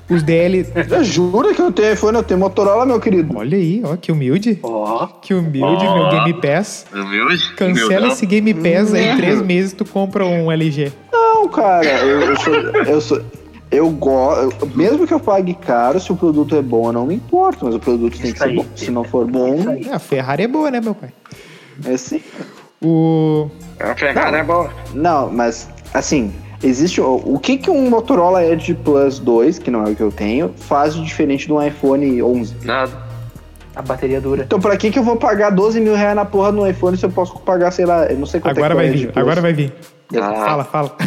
os DL.
Eu juro que eu tenho iPhone, eu tenho Motorola, meu querido.
Olha aí, ó, que humilde.
Ó,
Que humilde, meu
Ó.
Game Pass.
Humilde?
Cancela esse Game Pass aí, em três meses tu compra um LG.
Não, cara, eu, eu sou. Eu sou. Eu gosto. Mesmo que eu pague caro, se o produto é bom, eu não me importo, mas o produto tem que
Isso
ser
aí,
bom. Se não for bom,
Isso aí.
Ah, A Ferrari é boa, né, meu pai?
é sim.
O.
Ferrari é bom.
Não, mas assim, existe o, o que que um Motorola Edge Plus 2, que não é o que eu tenho, faz de diferente de um iPhone 11?
Nada.
A bateria dura.
Então pra que que eu vou pagar 12 mil reais na porra no iPhone se eu posso pagar, sei lá, eu não sei quanto
Agora
é que é
vai
o Edge
vir,
Plus.
agora vai vir.
Ah,
Fala, fala.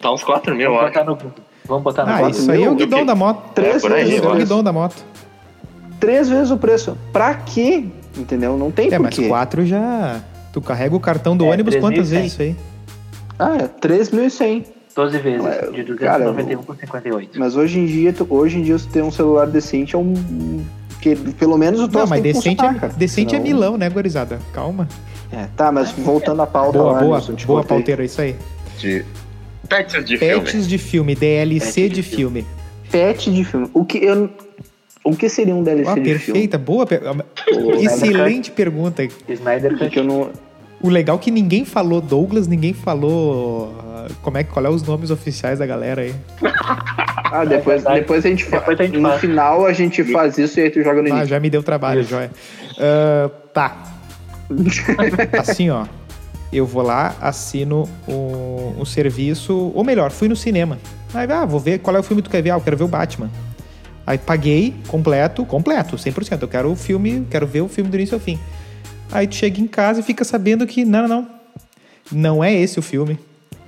tá uns 4 mil,
Vamos
ó.
botar no Google. Vamos botar no
Ah,
Google.
quatro
isso aí é
mil?
o guidão da moto.
Três,
É, por aí,
vezes,
Isso
o
é o
olha.
preço.
guidão da moto.
três vezes o preço. Pra quê? Entendeu? Não tem
É, mas
porquê.
quatro já. Tu carrega o cartão do
É,
ônibus quantas
3.100.
vezes isso aí?
Ah, é 3.100.
12 vezes,
Ué,
de
cara,
291 por 58.
Mas hoje em dia, tu- hoje em dia, se ter um celular decente é um. Que, pelo menos o
Não,
troço
mas
tem que
decente,
funcionar,
é,
cara.
decente é
Senão-
milão, né, gurizada? Calma.
É, tá, mas voltando à pauta
Boa,
lá, tipo,
boa,
Nilson, te
boa
cortei.
pauteira, isso aí.
De... Pets de filme.
Pets de filme, DLC de filme.
Pet de filme. O que eu. O que seria um DLC
Ah,
de filme? né?
perfeita, boa. né? per-
O-
Excelente pergunta.
Snyder
Que
Cut.
eu não.
O legal é que ninguém falou Douglas, ninguém falou. ah, Como é, que- qual é os nomes oficiais da galera aí?
Ah, depois,
É verdade.
depois a gente faz.
Depois a gente
No
faz.
final a gente faz isso e aí tu joga no
Ah,
início.
já me deu trabalho, joia. Ah, tá. assim, ó. Eu vou lá, assino o, o serviço, ou melhor, fui no cinema. Aí, ah, vou ver qual é o filme que tu quer ver. Ah, eu quero ver o Batman. Aí paguei, completo, completo, 100%. Eu quero o filme, quero ver o filme do início ao fim. Aí tu chega em casa e fica sabendo que, não, não, não. Não é esse o filme.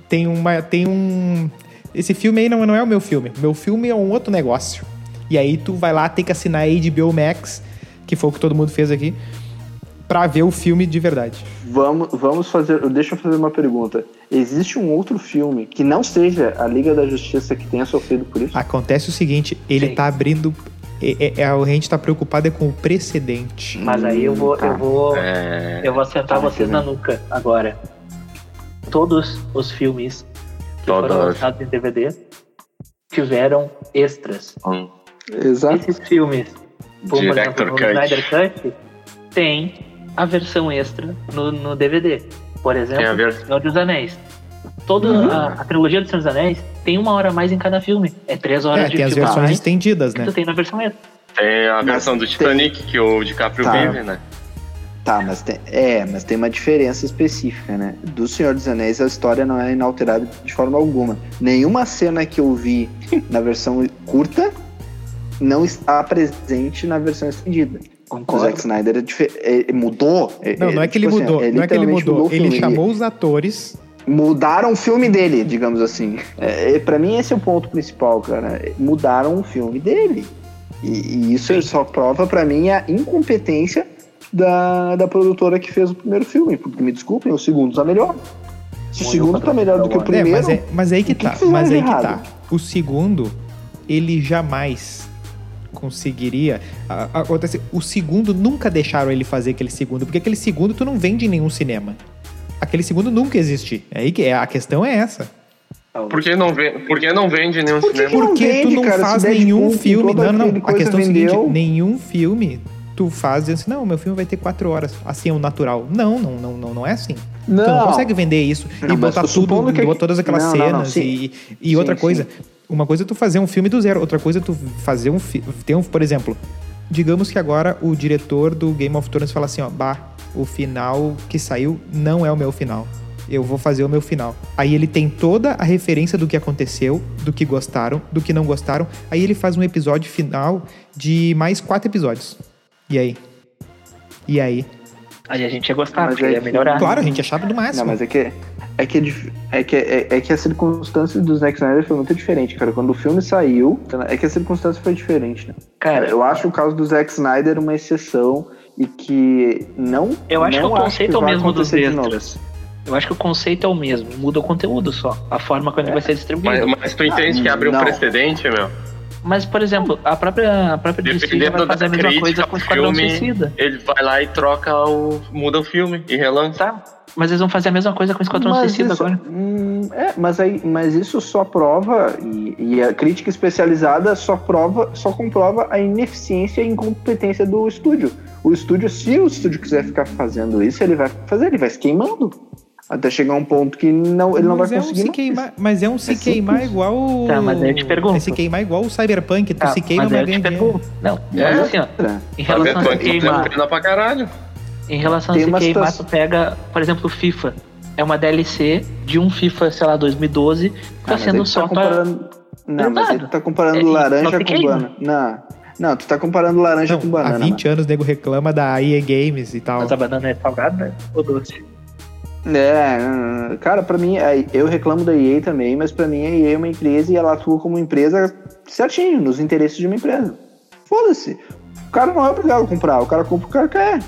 Tem uma, tem um... Esse filme aí não, não é o meu filme. Meu filme é um outro negócio. E aí tu vai lá, tem que assinar a HBO Max, que foi o que todo mundo fez aqui, pra ver o filme de verdade.
Vamos, vamos fazer. Deixa eu fazer uma pergunta. Existe um outro filme que não seja a Liga da Justiça que tenha sofrido por isso?
Acontece o seguinte, ele
Sim.
tá abrindo... É, é- é- a gente tá preocupado é com o precedente.
Mas aí eu vou,
Tá.
eu vou,
É... né?
eu vou acertar
Tá,
vocês na nuca agora. Todos os filmes que foram
Todos.
lançados em DVD tiveram extras.
um
Exato.
Esses filmes, como por exemplo,
Director
no
né?
Cut.
Snyder Cut, tem a versão extra no, no DVD. Por
Tem a
exemplo,
ver...
Senhor dos Anéis. Toda
Uhum.
a, a trilogia do Senhor dos Anéis tem uma hora a mais em cada filme. É três horas
É,
de
tem as
filme a
versões
mais
estendidas,
que
né?
tu tem na versão extra.
Tem a
Mas
versão do
tem-
Titanic que o DiCaprio
Tá.
vive, né?
Tá, mas tem, é, mas tem uma diferença específica, né? Do Senhor dos Anéis a história não é inalterada de forma alguma. Nenhuma cena que eu vi na versão curta não está presente na versão estendida. O
Concordo.
Zack Snyder é dife- é- é- mudou.
Não, não é que ele
tipo assim,
mudou, não é que ele
literalmente
mudou.
o
Ele
filme.
chamou os atores...
Mudaram o filme dele, digamos assim. É, é, pra mim, esse é o ponto principal, cara. Mudaram o filme dele. E, e isso só prova pra mim a incompetência da, da produtora que fez o primeiro filme. Porque, me desculpem, o segundo tá melhor. Se o
Bom,
segundo
eu
tá melhor do que o
É,
primeiro.
É, mas, é, mas aí que
o que
tá.
que fizeram
mas
de
aí que tá.
errado?
O segundo, ele jamais conseguiria. a- a- Acontece, o segundo nunca deixaram ele fazer aquele segundo, porque aquele segundo tu não vende em nenhum cinema. Aquele segundo nunca existe. É aí que é, a questão é essa.
Por que não, ven- por que não vende nenhum
Por que
cinema?
que não
Porque tu
vende,
não
cara,
faz
se
nenhum
Deadpool com
filme.
toda
Não, não,
aquele
A
coisa
questão é a seguinte:
vendeu.
nenhum filme tu faz dizendo assim, não, meu filme vai ter quatro horas. Assim é o natural. Não, não, não, não, não é assim. Tu não consegue vender isso
Não,
e
mas
botar
supondo
tudo,
que-
botar todas aquelas
Não, não,
cenas
não, sim.
e, e
Sim,
outra
sim.
coisa. Uma coisa é tu fazer um filme do zero, outra coisa é tu fazer um, fi- ter um, por exemplo, digamos que agora o diretor do Game of Thrones fala assim, ó, bah, o final que saiu não é o meu final. Eu vou fazer o meu final. Aí ele tem toda a referência do que aconteceu, do que gostaram, do que não gostaram. Aí ele faz um episódio final de mais quatro episódios. E aí? E aí?
Aí a gente ia gostar,
Mas
porque
aí-
ia melhorar.
Claro, a gente é chato do
Ah, Não,
máximo.
mas é que é que, é dif- é que, é, é que a circunstância do Zack Snyder foi muito diferente, cara. Quando o filme saiu, é que a circunstância foi diferente, né?
Cara,
eu acho o caso do Zack Snyder uma exceção e que não.
Eu acho
não
que o conceito é o
vai
mesmo dos
acontecer de novo.
extras. Eu acho que o conceito é o mesmo, muda o conteúdo só, a forma como ele vai
É,
ser
Mas,
distribuído. Mas,
mas tu entende que abre
Ah, não.
um precedente, meu?
por exemplo, a própria, a própria DC já vai
Dependendo
fazer a
da
mesma coisa
crítica
com o
pro
Esquadrão
filme,
Suicida.
ele vai lá e troca o. muda o filme e relança.
Tá? Mas eles vão fazer a mesma coisa com o Esquadrão
Mas
um Suicida
isso-
agora.
hum, é, mas, aí, mas isso só prova, e, e a crítica especializada só prova, só comprova a ineficiência e incompetência do estúdio. O estúdio, se o estúdio quiser ficar fazendo isso, ele vai fazer, ele vai se queimando. Até chegar um ponto que não, ele não
Mas
vai
é um
conseguir.
se
mais.
queimar, mas é um se
É simples.
queimar igual. o-
Tá, mas aí eu te pergunto.
É se queimar igual o Cyberpunk, tu
Tá,
se queima,
mas
mas
aí eu
ganha
te
dinheiro.
pergunto. Não,
É.
mas assim, ó,
é
em
Tá
relação a se
Cyberpunk não
queimar,
pena pra caralho.
em relação a
Tem
se
uma
queimar,
situação-
tu pega, por exemplo, o FIFA. É uma DLC de um FIFA, sei lá, 2012, que
Ah,
tá
mas aí
sendo
tu
só
tá comparando... Não, mas aí tu tá comparando
É, só
laranja
se
com
queima.
banana. Não. não, tu tá comparando laranja com
Não, há
banana.
20 anos o nego reclama da EA Games e tal.
Mas a banana é salgada né? ou doce?
mano. É, não, não. cara, pra mim, aí, eu reclamo da EA também, mas pra mim a EA é uma empresa e ela atua como empresa certinho, nos interesses de uma empresa. Foda-se. O cara não é obrigado a comprar, o cara compra o cara quer.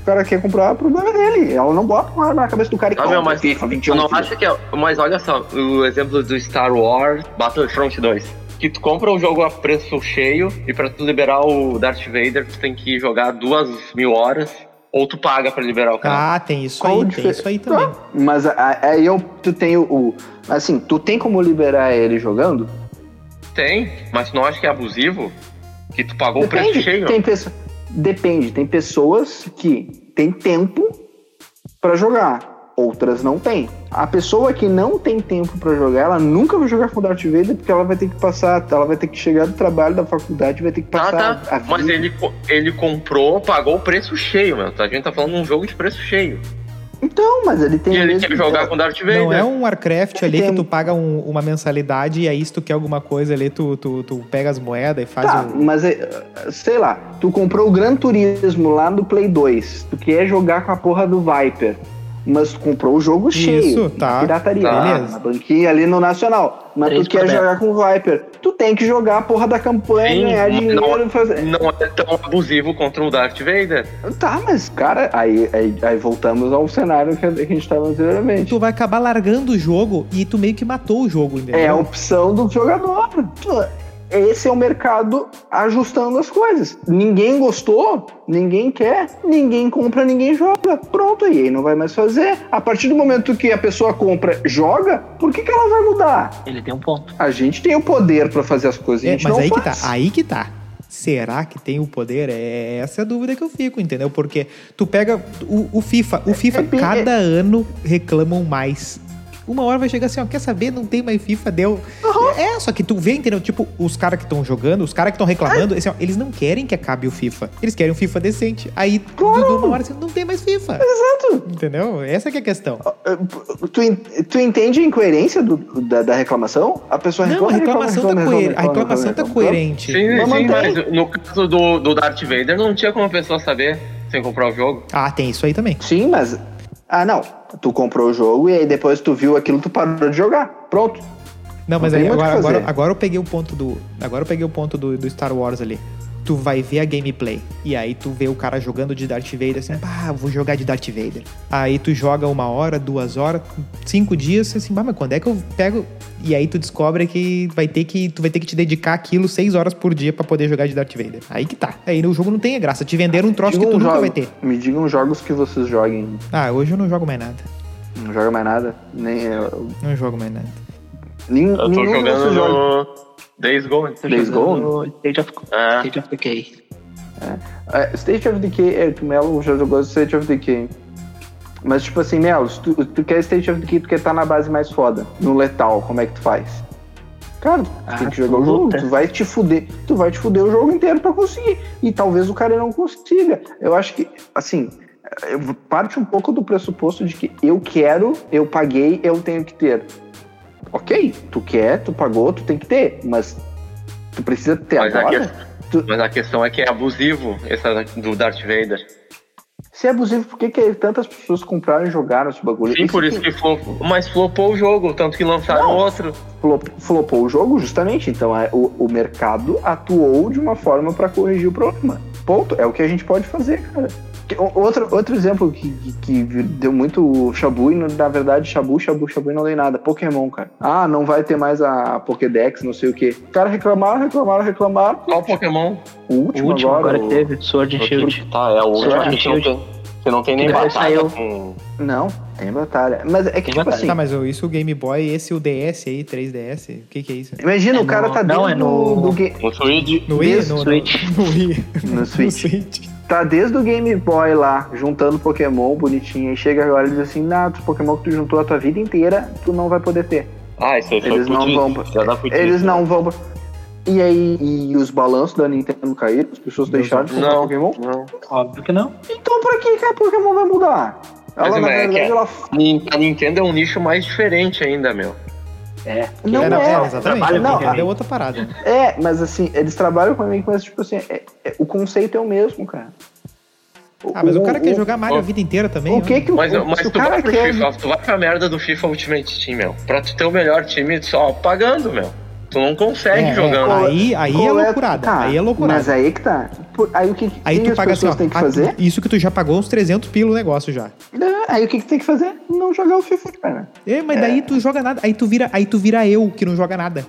O cara quer comprar, o problema é dele. Ela não bota uma arma na cabeça do cara e um
Ah,
compra.
meu, mas
FIFA 21,
Eu não
filho.
acho que é. Mas olha só, o exemplo do Star Wars Battlefront 2. Que tu compra o jogo a preço cheio e pra tu liberar o Darth Vader, tu tem que jogar duas mil horas ou tu paga pra liberar o cara.
Ah, tem isso
Qual
aí,
o
tem
difer-
isso aí também.
Tá,
Mas a- a- aí eu, tu tem o, o. Assim, tu tem como liberar ele jogando?
Tem, mas tu não acha que é abusivo? Que tu pagou o preço
Depende,
cheio?
tem pesso- Depende, tem pessoas que têm tempo pra jogar, outras não têm. A pessoa que não tem tempo pra jogar, ela nunca vai jogar com o Darth Vader porque ela vai ter que passar, ela vai ter que chegar do trabalho da faculdade, vai ter que
Tá,
passar a
tá.
vida.
Mas ele, co- ele comprou, pagou o preço cheio, meu. A gente tá falando de um jogo de preço cheio.
Então, mas ele tem
E ele
mesmo-
quer jogar com Darth Vader.
né?
Não é um Warcraft ali que
Tem-
tu paga um- uma mensalidade e aí se tu quer alguma coisa ali, tu, tu, tu pega as moedas e faz um-
Tá,
o...
mas é, sei lá, tu comprou o Gran Turismo lá no Play 2, tu quer jogar com a porra do Viper, mas tu comprou o jogo cheio.
Isso,
na
tá.
Pirataria,
Tá.
beleza. Na banquinha ali no Nacional. Mas
Três
tu quer
por dez.
jogar com o Viper. Tu tem que jogar a porra da campanha,
Sim,
ganhar
mas
dinheiro.
não-
um-
Fazer...
Não é tão abusivo contra o Darth Vader.
Tá, mas, cara, aí, aí, aí voltamos ao cenário que a que a gente tava anteriormente.
Tu vai acabar largando o jogo e tu meio que matou o jogo, entendeu?
É a opção do jogador. Tu- Esse é o mercado ajustando as coisas. Ninguém gostou, ninguém quer, ninguém compra, ninguém joga. Pronto, aí não vai mais fazer. A partir do momento que a pessoa compra, joga, por que, que ela vai mudar?
Ele tem um ponto.
A gente tem o poder pra fazer as coisas, a
É,
gente
mas
não
aí que tá,
faz.
aí que tá. Será que tem o poder? É essa é a dúvida que eu fico, entendeu? Porque tu pega o, o FIFA, o FIFA
é bem-
cada ano reclamam mais. Uma hora vai chegar assim, ó, quer saber? Não tem mais FIFA, deu. É, só que tu vê, entendeu? Tipo, os caras que estão jogando, os caras que estão reclamando, assim, ó, eles não querem que acabe o FIFA. Eles querem um FIFA decente. Aí, claro. uma hora assim, não tem mais FIFA. Exato. Entendeu? Essa que é a questão.
Tu, en- tu entende a incoerência do- da, da reclamação? A pessoa
Não,
reclama,
a reclamação
reclama,
tá
reclama,
coerente. A
reclama,
reclamação tá
reclama,
coerente.
Sim,
Mas
sim,
mantém.
mas no caso do, do Darth Vader não tinha como a pessoa saber sem comprar o jogo.
Ah, tem isso aí também.
Sim, mas. Ah, não. Tu comprou o jogo e aí depois tu viu aquilo, tu parou de jogar. Pronto.
Não, mas
Não
aí
tem muito o
agora,
que fazer.
agora, agora eu peguei o ponto do. Agora eu peguei o ponto do, do Star Wars ali. Tu vai ver a gameplay. E aí tu vê o cara jogando de Darth Vader assim, pá, vou jogar de Darth Vader. Aí tu joga uma hora, duas horas, cinco dias, assim, pá, mas quando é que eu pego. E aí tu descobre que vai ter que. Tu vai ter que te dedicar aquilo seis horas por dia pra poder jogar de Darth Vader. Aí que tá. Aí o jogo não tem graça. Te venderam um troço que
Digam
tu
um
nunca
jogo-
vai ter.
Me digam jogos que vocês joguem.
Ah, hoje eu não jogo mais nada.
Não joga mais nada. Nem, eu-
Não jogo mais nada.
nem,
Eu tô
nenhum de
jogando
vocês joga.
no Days Gone.
Tô
Days
jogando State of,
É.
State of Decay.
É, State of Decay, Eric Melo já jogou State of Decay. Mas tipo assim, Melo, se tu, tu quer State of Decay, tu quer estar na base mais foda. No letal, como é que tu faz? Cara, tu
Ah,
tem que jogar o jogo,
luta.
tu vai te fuder, tu vai te fuder o jogo inteiro pra conseguir. E talvez o cara não consiga. Eu acho que, assim, eu- parte um pouco do pressuposto de que eu quero, eu paguei, eu tenho que ter. Ok, tu quer, tu pagou, tu tem que ter, mas tu precisa ter
Mas
agora?
aqui é Mas a questão é que é abusivo essa do Darth Vader.
Se é abusivo, por que, que tantas pessoas compraram e jogaram esse bagulho?
Sim, por isso que flop, mas flopou o jogo, tanto que lançaram
Não.
outro.
flop- flopou o jogo, justamente. Então é, o, o mercado atuou de uma forma para corrigir o problema. Ponto. É o que a gente pode fazer, cara. Que- o- Outro, outro exemplo que, que- que deu muito Shabu, e na verdade, Shabu, Shabu, Shabu e não dei nada. Pokémon, cara. Ah, não vai ter mais a Pokédex, não sei o quê. Os caras reclamaram, reclamaram, reclamaram.
Qual Pokémon?
O
O
último,
último agora, que
o-
teve, Sword and Shield.
Tá, é o
último
último
que não
Você não tem
nem
nem
Que daí batalha
batalha
saiu.
com.
Não, tem batalha. Mas é que,
Tem
tipo
batalha.
assim,
Tá, mas isso o Game Boy, esse o DS aí, 3DS, o que que é isso?
imagina
É
o cara
no-
tá dentro
não, é no-
do, game,
O Switch.
No Wii?
Desse
No, no,
Switch.
no Wii.
no
No
Switch.
Switch.
tá desde o Game Boy lá, juntando Pokémon bonitinho, e chega agora e diz assim, nah, os Pokémon que tu juntou a tua vida inteira, tu não vai poder ter.
Ah, isso aí foi
Eles não
putz,
vão-
já dá putz.
Eles não vão... E aí, e os balanços da Nintendo caíram, as pessoas
Deus
deixaram de
Deus.
comprar
Não.
Pokémon.
Não.
Óbvio que não.
Então pra que que a Pokémon vai mudar? Ela,
Mas,
na
mas é
verdade,
que-
ela...
Nin- A Nintendo é um nicho mais diferente ainda, meu.
É.
Não
é,
é,
não, é,
Trabalha
exatamente.
com
Não,
Pokémon.
deu outra parada.
é, mas assim, eles trabalham com a mim, mas tipo assim, é- é- o conceito é o mesmo, cara.
Ah, mas o cara quer
o-
jogar Mario a
o-
vida inteira também. né?
O
ó.
que que é um- o,
Mas,
o,
mas
se o
tu,
cara
vai pro
quer...
FIFA, tu vai pra merda do FIFA Ultimate Team, meu. Pra tu ter o melhor time só pagando, meu. Tu não consegue
É,
jogando.
é, aí, aí é
Qual
loucurada.
tá,
aí é loucurada.
Mas aí que tá. Por- aí o que, que
Aí
que
tu
as
paga assim,
pessoas
ó,
têm que
a-
fazer?
isso que tu já pagou uns 300 pila o negócio já.
Não, Aí o que, que tem que fazer? Não jogar o FIFA, cara.
É, mas daí tu joga nada, aí tu vira, aí tu vira eu que não joga nada.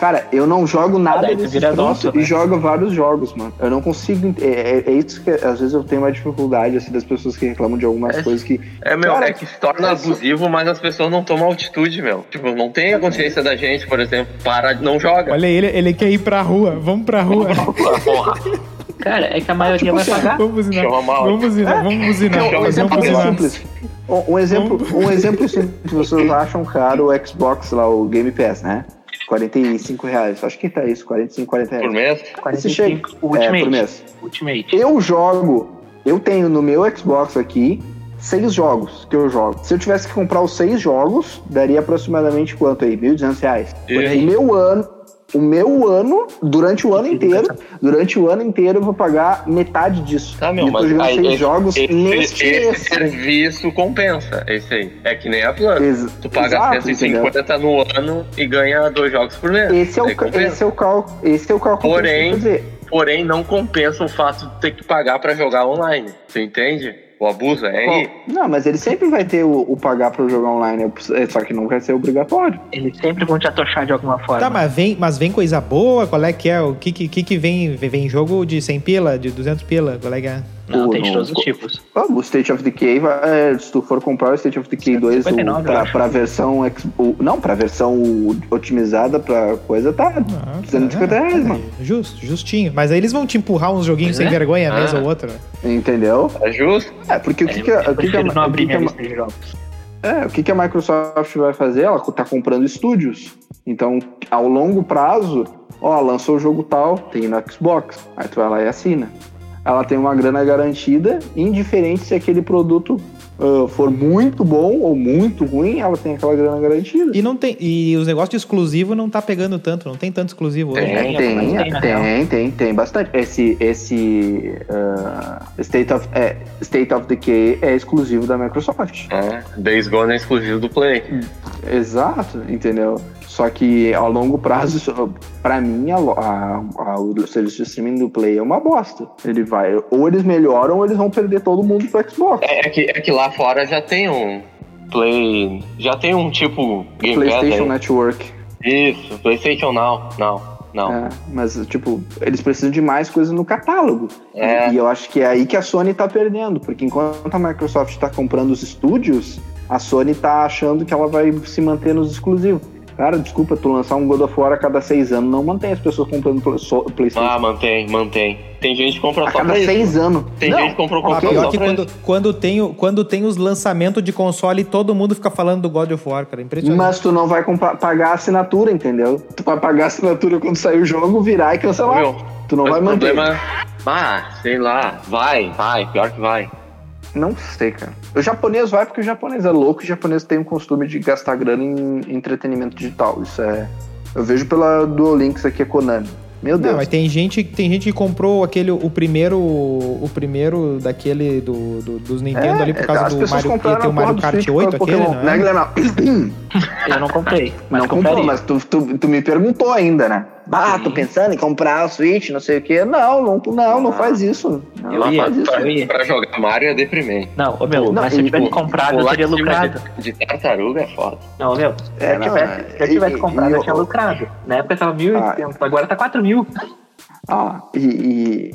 Cara, eu não jogo nada
Tá, daí tu
desse
vira
troço
adulto,
e
né?
jogo vários jogos, mano. Eu não consigo. ent- É, é- é isso que às vezes eu tenho uma dificuldade, assim, das pessoas que reclamam de algumas
É.
coisas que.
É, meu,
Cara,
é que se torna
isso-
abusivo, mas as pessoas não tomam altitude, meu. Tipo, não tem a consciência da gente, por exemplo, para, não joga.
Olha ele, ele quer ir pra rua. Vamos pra rua.
Cara, é que
Ah,
a
tipo
maioria
assim,
vai pagar.
vamos buzinar.
né?
Chama mal.
Vamos buzinar, vamos
é
buzinar.
Não, um
Nós
exemplo
vamos
bem
buzinar.
simples. Um, um exemplo, um exemplo simples. Vocês acham caro o Xbox lá, o Game Pass, né? 45 reais. Acho que tá isso, 45, 40
por
reais.
mês.
45.
É, por
Ultimate.
mês.
Ultimate.
Eu jogo, eu tenho no meu Xbox aqui seis jogos que eu jogo. Se eu tivesse que comprar os seis jogos, daria aproximadamente quanto aí? 1.200 reais.
E
O
aí?
meu ano, o meu ano, durante o ano inteiro, durante o ano inteiro eu vou pagar metade disso.
Tá, meu,
e eu tô
mas
jogando
aí,
seis
esse-
jogos
Esse,
neste
esse
mês.
serviço compensa, esse aí. É que nem a plano.
Ex-
Tu paga
exato, entendeu?
150 no ano e ganha dois jogos por mês.
Esse é,
Aí
o, ca-
compensa.
esse, é o cálculo, esse é o cálculo
Porém,
que eu tenho que fazer.
Porém, não compensa o fato de ter que pagar pra jogar online. Tu entende? O abuso é aí.
Bom, não, mas ele sempre vai ter o, o pagar pra eu jogar online, é só que não vai ser obrigatório.
Eles sempre vão te atochar de alguma forma.
Tá, mas vem, mas vem coisa boa, qual é que é? O que que, que que vem? Vem jogo de 100 pila, de 200 pila, qual é que é?
Não,
Pô,
tem de
não,
todos os
co-
tipos.
Ah, O State of Decay, vai- é, se tu for comprar o State of Decay 2 o,
59, eu
pra,
acho.
pra versão. ex- o- não, pra versão otimizada pra coisa, tá.
Ah,
250 reais,
tá,
mano.
Justo, justinho. Mas aí eles vão te empurrar uns joguinhos
Pois
sem
é.
vergonha, vez
Ah.
ou outra.
Entendeu?
É justo?
É, porque o que,
É,
que, a-
eu
o que, que, a,
prefiro não
o
abrir
que, que
minha
a-
lista de jogos.
é, o que que a Microsoft vai fazer? Ela tá comprando estúdios. Então, ao longo prazo, ó, lançou o jogo tal, tem no Xbox. Aí tu vai lá e assina. Ela tem uma grana garantida, indiferente se aquele produto ah, for muito bom ou muito ruim, ela tem aquela grana garantida.
E não tem. E os negócios de exclusivo não tá pegando tanto, não tem tanto exclusivo hoje.
Tem.
né?
Tem,
mas
tem,
É, tem,
tem,
na
tem, bastante. Esse, esse ah, State, of, é, State of Decay é exclusivo da Microsoft.
É. Days Gone é exclusivo do Play.
Exato, entendeu? Só que a longo prazo, isso- pra mim, a, lo- a- a- o serviço de streaming do Play é uma bosta. Ele vai, ou eles melhoram, ou eles vão perder todo mundo pro Xbox.
É, é que, é que lá fora já tem um Play. Já tem um tipo
É,
Game Pass.
PlayStation né?
aí.
Network.
Isso, PlayStation Now. Não, não.
É, mas, tipo, eles precisam de mais coisa no catálogo.
É.
E eu acho que é aí que a Sony tá perdendo, porque enquanto a Microsoft tá comprando os estúdios, a Sony tá achando que ela vai se manter nos exclusivos. Cara, desculpa, tu lançar um God of War a cada seis anos não mantém as pessoas comprando pl- so- PlayStation.
Ah, mantém, mantém. Tem gente que compra
a
só
cada
pra isso.
seis anos.
Tem
não,
gente que comprou
Ah,
console
pior
só
que
pra isso.
quando, quando, tem, o- quando tem os lançamentos de console, todo mundo fica falando do God of War, cara. Impressionante.
mas tu não vai comprar- pagar a assinatura, entendeu? Tu vai pagar a assinatura quando sair o jogo, virar e cancelar.
Meu,
tu não
mas
vai
o é-
manter.
problema. Ah, sei lá. Vai, vai, pior que vai.
Não sei, cara. O japonês vai porque o japonês é louco e o japonês tem o costume de gastar grana em entretenimento digital. Isso é. Eu vejo pela Duolinks aqui, a Konami. Meu Deus.
Não, mas tem gente, tem gente que comprou aquele, o primeiro, o primeiro daquele do, do- dos Nintendo ali por causa
É, as
do
pessoas
Mario, que
compraram
tem o
a
Mario
porra do
Kart
Switch
8
por causa
aquele,
do
não
Né,
é?
Guilherme?
Eu não comprei, mas
Não comprou,
compraria.
mas tu, tu, tu me perguntou ainda, né? Ah, tô pensando em comprar o Switch, não sei o quê. Não, não, não, não faz isso. Não,
Eu
não
ia,
Ah. faz isso.
eu ia.
Pra jogar Mario é deprimente.
Não, ô, meu,
Não,
mas se eu
e-
tivesse
e-
comprado, eu
Pular
teria
em cima
lucrado.
De, de tartaruga é foda.
Não, meu, se
É,
eu
não,
tivesse, se eu
e-
tivesse
e-
comprado,
e
eu
eu-
tinha lucrado. Na época tava 1.800, agora tá 4.000.
Ah, e,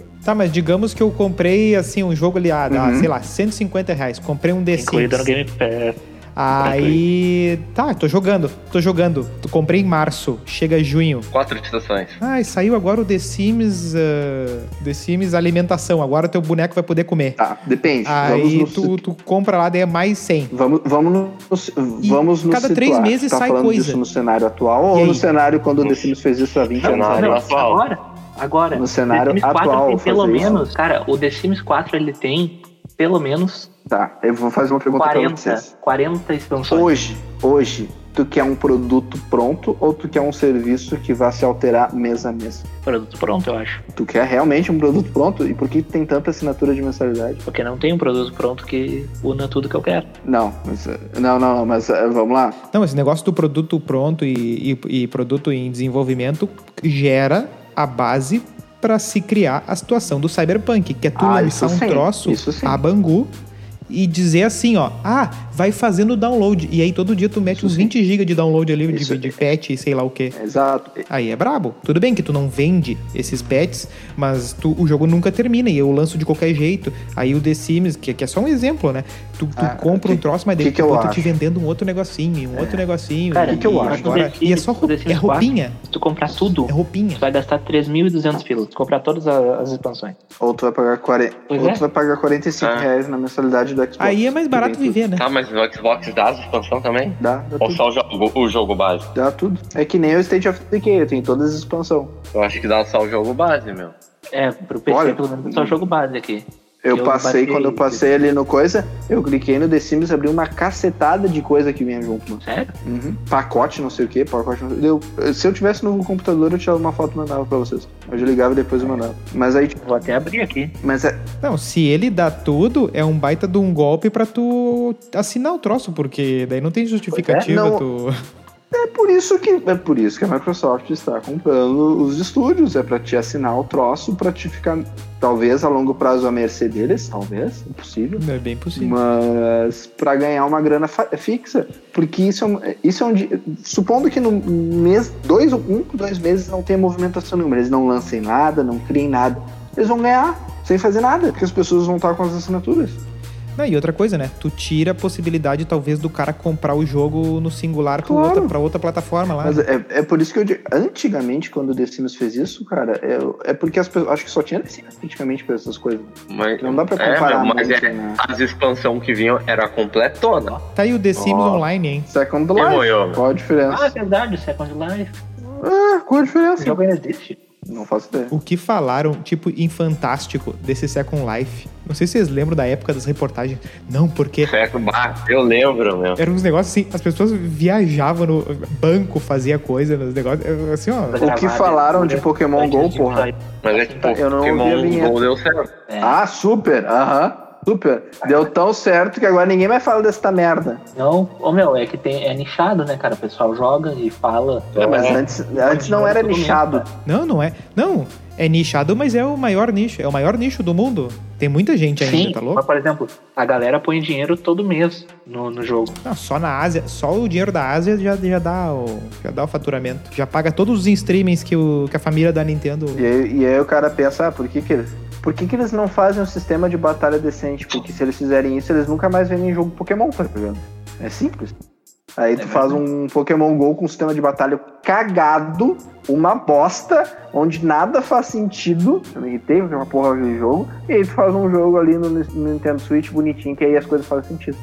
e-
Tá, mas digamos que eu comprei, assim, um jogo ali, ah, dá,
Uhum.
sei lá, 150 reais. Comprei um The
Incluído no
Sims.
Game Pass.
Aí, tá, tô jogando, tô jogando. Tu comprei em março, chega junho.
Quatro estações.
Ah, e saiu agora o The Sims, ah, The Sims Alimentação. Agora teu boneco vai poder comer.
tá, depende. vamos
Aí
nos,
tu, tu compra lá, daí é mais 100.
Vamos, vamos nos,
E
vamos nos
cada
situar.
três meses
tá
sai
falando
coisa.
disso no cenário atual
E
ou no
aí?
cenário quando o The Sims fez isso há 20
Não,
anos
não,
atrás?
não. Atual.
Agora, agora.
No cenário
The Sims 4
atual,
tem pelo
fazer isso.
menos, cara, o The Sims 4 ele tem pelo menos
Tá, eu vou fazer uma pergunta pra
40,
vocês.
40 expansões.
Hoje, hoje, tu quer um produto pronto ou tu quer um serviço que vá se alterar mês a mês?
Produto pronto, eu acho.
Tu quer realmente um produto pronto? E por que tem tanta assinatura de mensalidade?
Porque não tem um produto pronto que una tudo que eu quero.
Não, mas, eh, não, não, não, mas eh, vamos lá.
Não, esse negócio do produto pronto e, e- e produto em desenvolvimento gera a base pra se criar a situação do Cyberpunk, que é tu
Ah,
lançar um
isso sim,
troço Ah.
isso sim.
a Bangu e dizer assim, ó, ah, vai fazendo download. E aí todo dia tu mete
Isso
uns
sim.
20 GB de download ali, de,
Isso
de patch e sei lá o quê.
Exato.
Aí é brabo. Tudo bem que tu não vende esses pets, mas tu- o jogo nunca termina e eu lanço de qualquer jeito. Aí o The Sims, que, que é só um exemplo, né? Tu, tu
Ah,
compra um
que-
troço, mas
que
daí
que
tu
eu
bota
acho? É.
te vendendo um outro negocinho, e um outro negocinho.
Cara,
e-
que que eu
e
acho?
agora-
The Sims-
E é só roup-
The Sims
é roupinha.
Se tu comprar tudo,
É roupinha.
tu vai gastar 3.200 pilas. Se tu comprar todas a- as expansões.
Ou tu vai pagar, 40,
Pois
ou
é.
tu vai pagar 45
Ah.
reais na mensalidade do Xbox.
Aí é mais
que
barato
vem tudo.
viver, né?
Tá, mas no Xbox dá as expansão também?
Dá, dá
Ou
tudo.
só o jogo, o jogo base?
Dá tudo. É que nem o State of Decay, eu tenho todas as expansões.
Eu acho que dá só o jogo base, meu.
É, pro PC
Olha,
pelo menos é só jogo base aqui.
Eu,
Eu
passei,
baixei
quando eu
The
passei ali no coisa, eu cliquei no The Sims, abriu uma cacetada de coisa que vinha junto, mano.
Sério?
Uhum. Pacote, não sei o que, pacote, não sei eu, Se eu tivesse no computador, eu tirava uma foto e mandava pra vocês. Eu já ligava e depois eu
É.
mandava. Mas aí, tipo,
Vou até abrir aqui.
mas é,
Não, se ele dá tudo, é um baita de um golpe pra tu assinar o troço, porque daí não tem justificativa.
é, não-
tu...
é por isso que é por isso que a Microsoft está comprando os estúdios, é pra te assinar o troço, pra te ficar, talvez a longo prazo, a mercê deles, talvez, impossível.
É bem possível.
mas para ganhar uma grana fa- fixa, porque isso é, um- isso é um di- supondo que no mês dois ou um dois meses não tenha movimentação nenhuma, eles não lancem nada, não criem nada, eles vão ganhar sem fazer nada, porque as pessoas vão estar com as assinaturas.
Não, e outra coisa, né? Tu tira a possibilidade, talvez, do cara comprar o jogo no singular pra,
Claro.
outra, pra outra plataforma lá.
Mas
né?
é, é por isso que eu digo, antigamente quando o The Sims fez isso, cara, é, é porque as pessoas acho que só tinha The Sims praticamente para essas coisas.
Mas,
Não dá pra
é,
comparar
meu, mas
muito,
é,
né?
as expansão que vinham era completona.
Tá aí o The Sims
Ó.
Online, hein?
Second
Que
Life,
moiou, meu.
qual a diferença?
Ah, é verdade, Second Life.
Ah, qual a
O
diferença?
jogo ainda existe.
Não faço ideia.
O que falaram, tipo, em Fantástico, desse Second Life. Não sei se vocês lembram da época das reportagens. Não, porque
É, bah, eu lembro, meu.
eram uns negócios assim, as pessoas viajavam no banco, fazia coisa, nos negócios, é, assim, ó.
O que falaram de Pokémon Go, porra?
Mas é tipo,
Eu não ouvi a
Pokémon
vinheta.
Go deu certo.
É.
Ah, super, aham, super. Deu tão certo que agora ninguém mais fala dessa merda.
Não, ô meu, é que tem, é nichado, né, cara? O pessoal joga e fala.
É, mas antes, antes não era lixado.
Não, não é. Não, é nichado, mas é o maior nicho. É o maior nicho do mundo. Tem muita gente ainda,
Sim,
tá louco?
mas por exemplo, a galera põe dinheiro todo mês no, no jogo.
Não, só na Ásia, só o dinheiro da Ásia já, já, dá, o, já dá o faturamento. Já paga todos os streamings que, o, que a família da Nintendo.
E aí, e aí o cara pensa, ah, por que que eles... Por que, que eles não fazem um sistema de batalha decente? Porque se eles fizerem isso, eles nunca mais vendem jogo Pokémon, tá ligado? É simples. Aí tu faz um Pokémon GO com um sistema de batalha cagado, uma bosta, onde nada faz sentido. Eu me irritei porque é uma porra de jogo. E aí tu faz um jogo ali no, no Nintendo Switch bonitinho, que aí as coisas fazem sentido.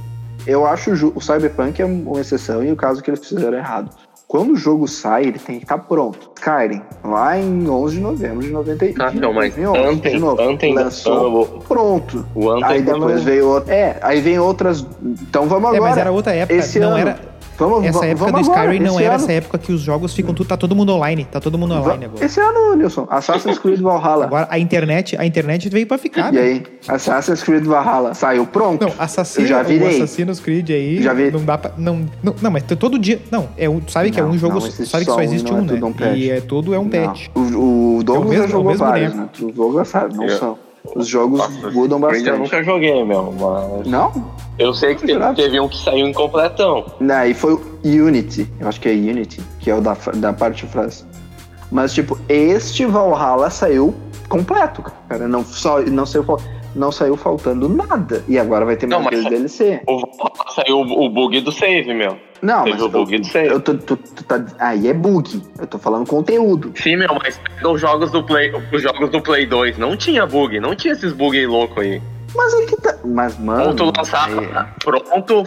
Eu acho ju- o Cyberpunk é uma exceção e o caso que eles fizeram é errado. Quando o jogo sai, ele tem que estar pronto. Skyrim, lá em 11 de novembro de 90,
Tá,
de
não, mas
2011, de
Anthem,
novo,
Anthem
lançou,
lançou.
pronto.
O Anthem
Aí depois
depois-
veio outra. É, aí vem outras. Então vamos
É,
agora.
mas era outra época.
Esse
não
ano.
era,
Vamos,
essa
va-
época do
vamos
Skyrim
agora,
não
esse
era
ano.
essa época que os jogos ficam tudo. Tá todo mundo online. Tá todo mundo online
Va-
agora.
Esse ano, Nilson. Assassin's Creed Valhalla.
Agora a internet, a internet veio pra ficar,
E
né?
aí? Assassin's Creed Valhalla saiu pronto.
Não, assassino,
Eu já
o
virei.
Assassin's Creed aí.
Já vi-
Não dá pra. Não, não, não, mas todo dia. Não, é um, tu sabe que é
Não,
um jogo.
não existe
sabe que
só
só
um,
existe
não é
um, né?
tudo um patch.
E é todo é um patch.
Não. O, o Douglas
É o mesmo- é
já
o
jogou
mesmo
vários,
boneco.
né? O Douglas sabe, não
Eu-
são. Os jogos mudam
Creed É.
bastante.
eu nunca joguei, meu, mas...
Não?
Eu sei que teve, teve um que saiu incompletão.
Não, e foi o Unity. Eu acho que é Unity, que é o da, fra- da parte frase. Mas, tipo, este Valhalla saiu completo, cara. Não, só, não, saiu, fal- não saiu faltando nada. E agora vai ter
Não,
mais
mas-
dois DLC.
O, saiu o o bug do save, meu.
Não,
teve
Ah, mas
o bug do save.
eu tô, tu- tu tá, aí é bug. Eu tô falando conteúdo.
Sim, meu, mas pega os jogos do Play, os jogos do Play 2. Não tinha bug, não tinha esses bug aí louco aí.
Mas aí que tá. Mas, mano.
Ou tu lançava
aí-
pronto,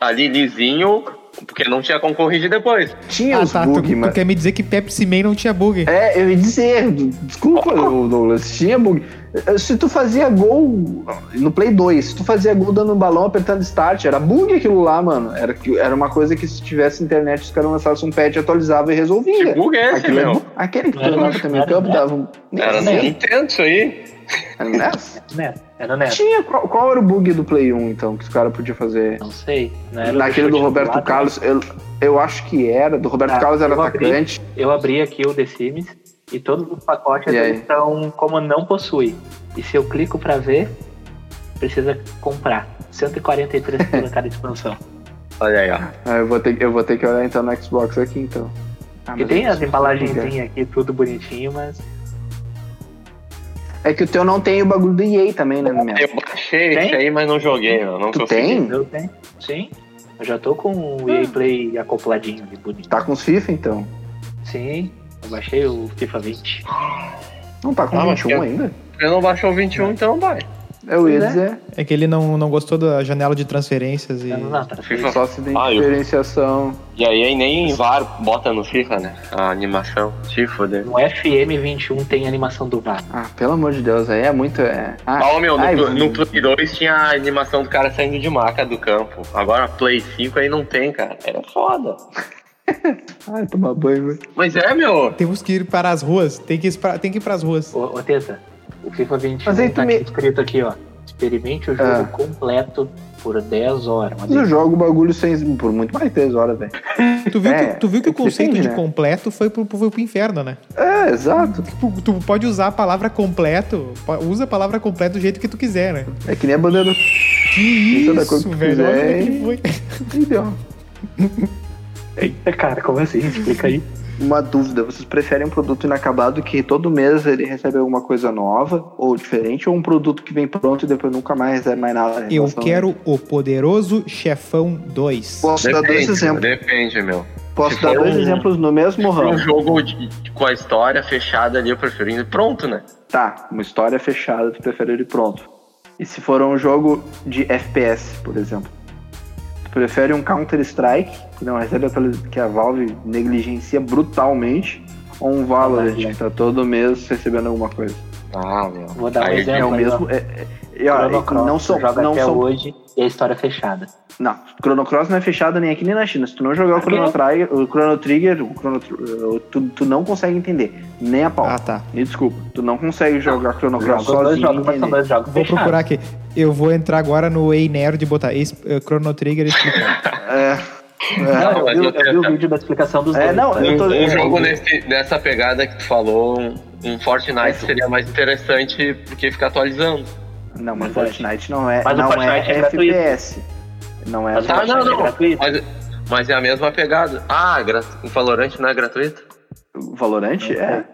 ali lisinho, porque não tinha como corrigir depois.
Tinha
Ah,
os
tá,
Ah, tá, tu,
bug,
tu
mas.
quer me dizer que Pepsi Man não tinha bug.
É, eu ia dizer, desculpa, Douglas, tinha bug. Eh, Se tu fazia gol no Play 2, se tu fazia gol dando um balão, apertando start, era bug aquilo lá, mano. Era, que- era uma coisa que se tivesse internet, os caras lançassem um patch, atualizava e
Que
resolvia.
bug é esse,
Aquilo é
meu?
bu- aquele que tu
Era
jogava
no-
também no
era
campo
no-
dava um. Nem
Era
sei,
intenso aí.
era nessa?
Né? Era né?
Tinha. Qual, qual era o bug do Play 1, então, que os caras podiam fazer?
Não sei. Né? Era
Naquele do
chute
Roberto
lado.
Carlos, eu, eu acho que era. Do Roberto
Ah,
Carlos era
eu abri.
atacante.
Eu abri aqui o The Sims e todos os pacotes
E aí?
eles estão como não possui. E se eu clico pra ver, precisa comprar. 143 pela cada expansão.
Olha aí, ó.
Ah, eu, vou ter, eu vou ter que olhar então no Xbox aqui, então. Ah,
Porque
mas
tem
eu-
as embalagenzinhas aqui, tudo bonitinho, mas.
É que o teu não tem o bagulho do EA também, né, meu?
Eu baixei
Tem?
esse aí, mas não joguei, meu. Não
Tu
consegui.
tem?
Eu tenho. Sim. Eu já tô com o EA Play acopladinho ali, bonito.
Tá com os FIFA, então?
Sim. Eu baixei o FIFA 20.
Não tá com
Ah, mas
21
eu-
ainda?
Eu não baixou o 21, então vai.
Eu ia
Pois é.
dizer.
É que ele não, não gostou da janela de transferências e.
Não, não, tá feio.
FIFA.
Só se tem
Ah, eu-
diferenciação.
E aí aí nem em VAR bota no FIFA, né? A animação. Se foder.
No FM21 tem animação do VAR.
Ah, pelo amor de Deus, aí é muito. É...
Ah, ô, meu, no,
ai,
Pl-
mano.
no Play 2 tinha a animação do cara saindo de maca do campo. Agora Play 5 aí não tem, cara. É foda.
Ai, tomar banho,
Tá
velho.
Mas é, meu.
Temos que ir para as ruas. Tem que ir para, tem que ir para as ruas.
Ô, ô Teta, o FIFA 21
Mas aí tu
tá
me-
aqui escrito aqui, ó. Experimente o jogo
Ah.
completo por 10 horas. Mas
Eu jogo o bagulho sem... por muito mais de 3 horas, velho.
Tu viu,
É,
que, tu viu que o
depende,
conceito de
né?
completo foi pro, foi pro inferno, né?
É, exato.
Tu, tu pode usar a palavra completo, po- usa a palavra completo do jeito que tu quiser, né?
É que nem a bandeira do.
Que
Tanta
isso,
coisa que
velho. Olha
quiser,
o que
hein?
foi.
Entendeu?
Eita, cara, como assim? Explica aí.
Uma dúvida, vocês preferem um produto inacabado que todo mês ele recebe alguma coisa nova ou diferente, ou um produto que vem pronto e depois nunca mais recebe mais nada? em
Eu
relação-
quero o Poderoso Chefão 2.
Posso dar dois
meu,
exemplos.
depende, meu.
Posso
Se
dar
for
dois
um-
exemplos no mesmo
Um
ramo.
jogo de- de- com a história fechada ali, eu prefiro ir pronto, né?
Tá, uma história fechada, tu prefere ele pronto. E se for um jogo de FPS, por exemplo? Tu prefere um Counter-Strike, que não recebe atualização, que a Valve negligencia brutalmente, ou um Valorant, que tá todo mês recebendo alguma coisa?
Ah, meu.
Vou dar um
Aí,
É,
exemplo.
o
aí,
mesmo. É, é- é- ó,
Chrono Cross,
não são,
joga
não
até
são
hoje e a história é fechada.
Não, Chrono Cross não é fechado nem aqui nem na China. Se tu não jogar o Chrono, Trigger, o Chrono Trigger, o Chrono Tr- eh, tu, tu não consegue entender. Nem a pau.
Ah, tá.
Me desculpa. Tu não consegue jogar Chrono Cross
Joga dois
sozinho. e
jogos, mas são
entender.
dois jogos
Vou
fechados.
procurar aqui. Eu vou entrar agora no Ei Nerd e botar ex- eh, Chrono Trigger explicado.
É.
Não,
É,
Eu
mas
vi,
eu
eu vi o vídeo da explicação dos
É,
dois.
não, eu tô-
Um, um
é,
jogo
eu-
nesse, nessa pegada que tu falou, um, um Fortnite
Esse-
seria mais interessante porque fica atualizando.
Não, mas
Verdade.
Fortnite não é,
Mas o
não
Fortnite
é,
é gratuito.
FPS. Não é.
Ah,
Mas
Tá, não,
Fortnite é
não.
gratuito.
mas, mas é a mesma pegada. Ah, gra- o Valorant não é gratuito?
Valorant é.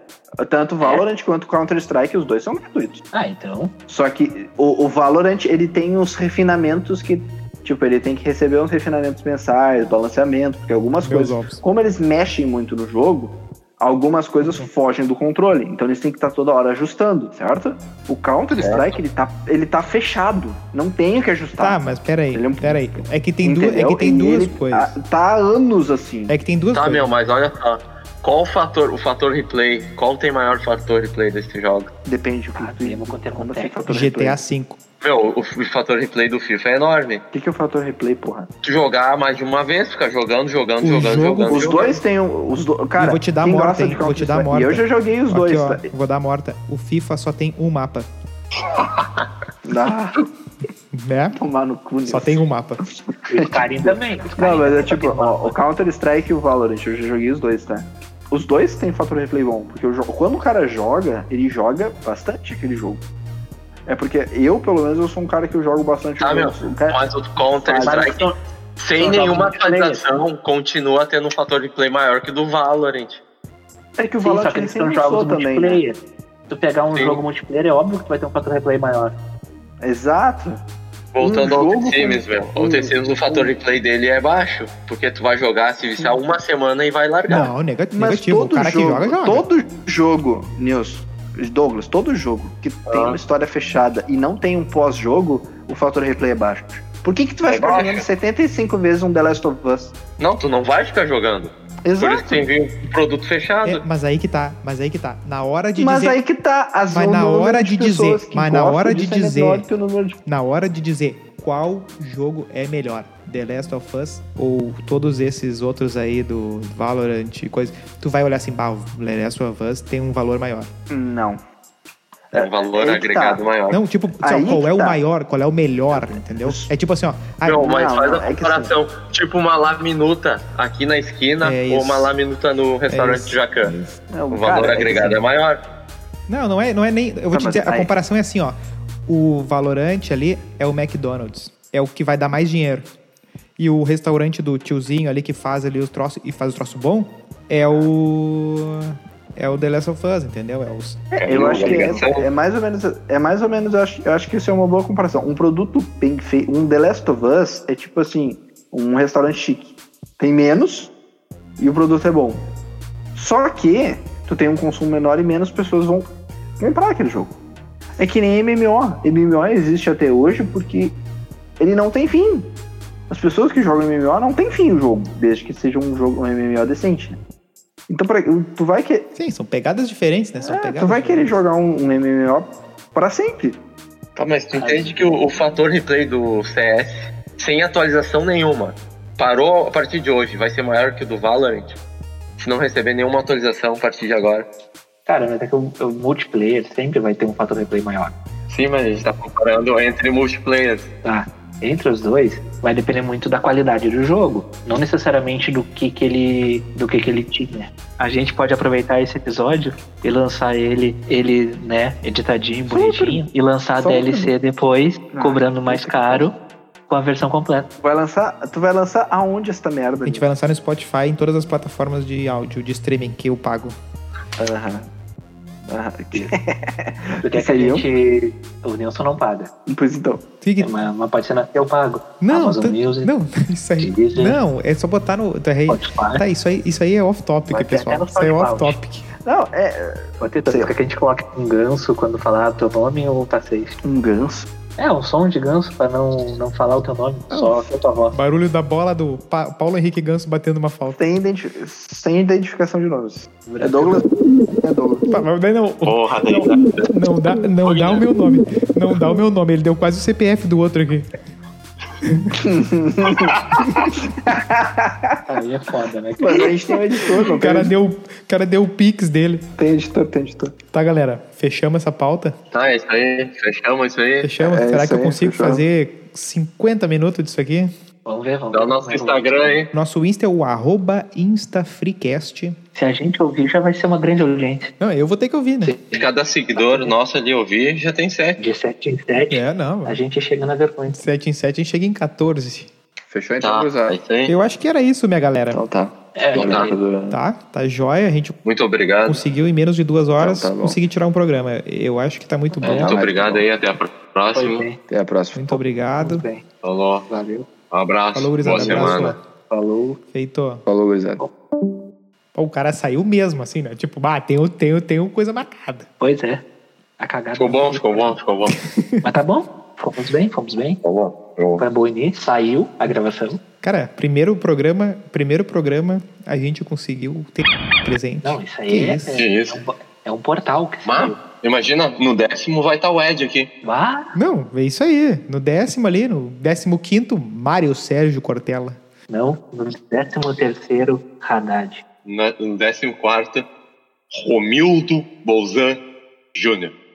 Tanto Valorant quanto Counter Strike, os dois são gratuitos.
Ah, então.
Só que o, o Valorant, ele tem uns refinamentos que. Tipo, ele tem que receber uns refinamentos mensais, balanceamento, porque algumas
Meus
coisas.
ovos.
Como eles mexem muito no jogo, Algumas coisas fogem do controle, então eles têm que estar toda hora ajustando, certo? O Counter Strike ele tá, ele tá fechado, não tem o que
Tá,
ajustar.
mas peraí,
Ele é um-
peraí. É que tem, duas, é
entendeu?
que tem
E
duas
ele
coisas.
Tá, tá há anos assim.
É que tem duas
Tá,
coisas.
meu, mas olha só. Qual o fator, o fator replay? Qual tem maior fator replay desse jogo?
Depende do que
Ah,
tu-
temos que ter
como assim,
contexto.
fator
GTA
replay?
V.
Meu, o, o fator replay do FIFA é enorme.
O que, que é o fator replay, porra?
Tu jogar mais de uma vez, ficar jogando, jogando,
O
jogando,
jogo-
jogando.
Os
jogando.
dois têm um. Os do... Cara,
E vou te dar
quem
morta,
gosta de
hein? Vou te dar
Counter-Strike-
morta.
E eu já joguei os dois.
Aqui, ó,
tá?
vou dar a morta. O FIFA só tem um mapa,
Dá
né?
tomar no cu.
Só
né?
tem um mapa.
E os carinhos também. os
Não,
carinhos
mas é
também
tipo,
sabem
ó, o Counter-Strike e o Valorant, eu já joguei os dois, tá? Os dois têm fator replay bom, porque o jo- quando o cara joga, ele joga bastante aquele jogo. É porque eu, pelo menos, eu sou um cara que eu jogo bastante
Ah,
o É,
meu,
jogo. O cara-
Mas o Counter
Mas
Strike, sem
são
nenhuma
jogos multiplayer.
atualização, continua tendo um fator replay maior que o do Valorant.
É que o
Sim, só
Valorant
que
ele
eles são
sempre
jogos
lançou também. né?
multiplayer. Se tu pegar um
Sim.
jogo multiplayer, é óbvio que tu vai ter um fator replay maior.
Exato.
Voltando
Um
ao
jogo
The Sims,
com-
meu. O The
um-
Sims, o fator replay dele é baixo. Porque tu vai jogar, se viciar uma semana e vai largar.
Não, nega-
Mas
negativo. O
todo
cara
jogo,
que joga, joga.
todo jogo, Nilson, Douglas, todo jogo que tem
Ah.
uma história fechada e não tem um pós-jogo, o fator replay é baixo. Por que que tu vai
É
ficar
baixo.
jogando 75 vezes um The Last of Us?
Não, tu não vai ficar jogando. Por isso
Exato.
tem que vir um produto fechado.
É, mas aí que tá, mas aí que tá. Na hora de
Mas
dizer,
aí que tá as
Mas
o
na
número
hora de
pessoas
dizer,
que
mas na
gostam
hora
disso
de
é
dizer-
menor que o número de-
na hora de dizer qual jogo é melhor, The Last of Us ou todos esses outros aí do Valorant e coisa, tu vai olhar assim, bah, o The Last of Us tem um valor maior.
Não.
É um valor
aí que
agregado
tá.
maior.
Não, tipo, assim, ó,
Aí
qual
que
é o
tá.
maior, qual é o melhor, entendeu? É tipo assim, ó, ah,
Não, mas
não,
faz
não,
a
é que
comparação. tipo uma laminuta aqui na esquina
É
ou
isso.
uma laminuta no restaurante
isso,
Jacan.
é isso.
Não,
O
cara,
valor
é que
agregado é maior.
Não, não é, não é nem, eu vou
Tá,
te
mas
dizer, a
aí-
comparação é assim, ó, o Valorant ali é o McDonald's, é o que vai dar mais dinheiro. E o restaurante do tiozinho ali que faz ali os troços e faz o troço bom é o é o The Last of Us, entendeu? É os
É, eu
uma
acho que essa
ligação.
é mais ou menos, é mais ou menos, eu acho, eu acho que isso é uma boa comparação. Um produto bem feito, um The Last of Us é tipo assim, um restaurante chique. Tem menos e o produto é bom. Só que tu tem um consumo menor e menos pessoas vão comprar aquele jogo. É que nem MMO. MMO existe até hoje porque ele não tem fim. As pessoas que jogam MMO não tem fim o jogo, desde que seja um jogo um MMO decente. né? Então, pra- tu vai que
Sim, são pegadas diferentes, né? São
é,
pegadas
tu vai querer
diferentes.
jogar um, um MMO pra sempre.
Tá, mas tu entende que o, o fator replay do CS, sem atualização nenhuma, parou a partir de hoje, vai ser maior que o do Valorant? Se não receber nenhuma atualização a partir de agora.
Cara, mas é que o, o multiplayer sempre vai ter um fator replay maior.
Sim, mas a gente tá comparando entre multiplayer.
Tá? Entre os dois, vai depender muito da qualidade do jogo. Não necessariamente do que, que ele. do que, que ele tinha. A gente pode aproveitar esse episódio e lançar ele, ele, né, editadinho, bonitinho, e lançar a
Só um
DLC depois,
Ah,
cobrando mais
isso.
caro, com a versão completa.
Tu vai lançar, tu vai lançar aonde esta merda?
A gente vai lançar no Spotify em todas as plataformas de áudio, de streaming que eu pago.
Aham. Aham, que-
Tu quer é que a
Seria um?
gente. O Nilson não paga. É
Pois então.
Fique...
Mas, mas pode ser na eu pago.
Não,
Amazon
tá-
Music,
não, isso aí.
Deezer,
Não, é só botar no. Tá, aí,
Spotify.
né?
tá isso aí, isso aí é off topic,
Vai ter até
pessoal.
no
Isso aí é off
SoundCloud.
topic.
Não, é.
Pode ter tanto
Sim.
que a gente coloca um ganso quando falar teu nome ou tá safe.
Um ganso.
É, um som de ganso pra não, não falar o teu nome, só que a tua voz.
Barulho da bola do Pa- Paulo Henrique Ganso batendo uma falta.
Sem, identi- sem identificação de nomes. É Douglas. É Douglas.
Pá, mas daí não,
Porra, daí tá.
não dá, não dá o meu nome. Não dá o meu nome. Ele deu quase o CPF do outro aqui.
Aí é foda, né?
Mas a gente tem um editor, não
O cara
tem,
deu, o cara deu o pix dele.
tem editor, tem editor.
Tá, galera? Fechamos essa pauta.
Tá, é isso aí. Fechamos isso aí.
Fechamos.
É
Será
isso
que eu
aí,
consigo
fechou.
fazer 50 minutos disso aqui?
Vamos ver, vamos
Dá
ver.
o nosso
Vamos ver.
Instagram aí.
Nosso Insta é o arroba InstaFreecast.
Se a gente ouvir, já vai ser uma grande audiência.
Não, eu vou ter que ouvir, né?
De cada seguidor nosso ali ouvir, já tem sete.
De 7 em 7,
É, não.
a gente chega na vergonha.
7 em 7 a gente chega em 14.
Fechou
Tá, é isso aí.
Eu acho que era isso, minha galera.
Então tá.
É,
Então tá.
Tá? Tá jóia. A gente
Muito obrigado.
conseguiu em menos de duas horas
Então tá bom.
conseguir tirar um programa. Eu acho que tá muito bom.
Muito
Não,
obrigado
mas-
aí. Até a
foi
próxima.
bem,
Até a próxima.
Muito obrigado.
foi bem.
Falou.
Valeu.
Um abraço.
Falou,
Boa
gurizada.
semana.
Abraço.
Falou.
Feito.
Falou, gurizada.
Pô, o cara saiu mesmo, assim, né? Tipo, ah, tem, o- tem, o- tem uma coisa marcada.
Pois é. A cagada.
Ficou bom, ficou bom, ficou bom.
Mas tá bom. Fomos bem, fomos bem.
Ficou bom. ficou bom.
Foi bom início. Saiu a gravação.
Cara, primeiro programa, primeiro programa a gente conseguiu ter presente.
Não, isso aí
Que
é,
isso?
Que isso.
é um, é um portal que
Mas,
saiu.
imagina, no décimo vai estar o Ed aqui.
Ah,
Não, é isso aí. No décimo ali, no décimo quinto, Mário Sérgio Cortella.
não. No 13 terceiro, Haddad.
Na- No décimo quarto, Romildo Bolzan Júnior.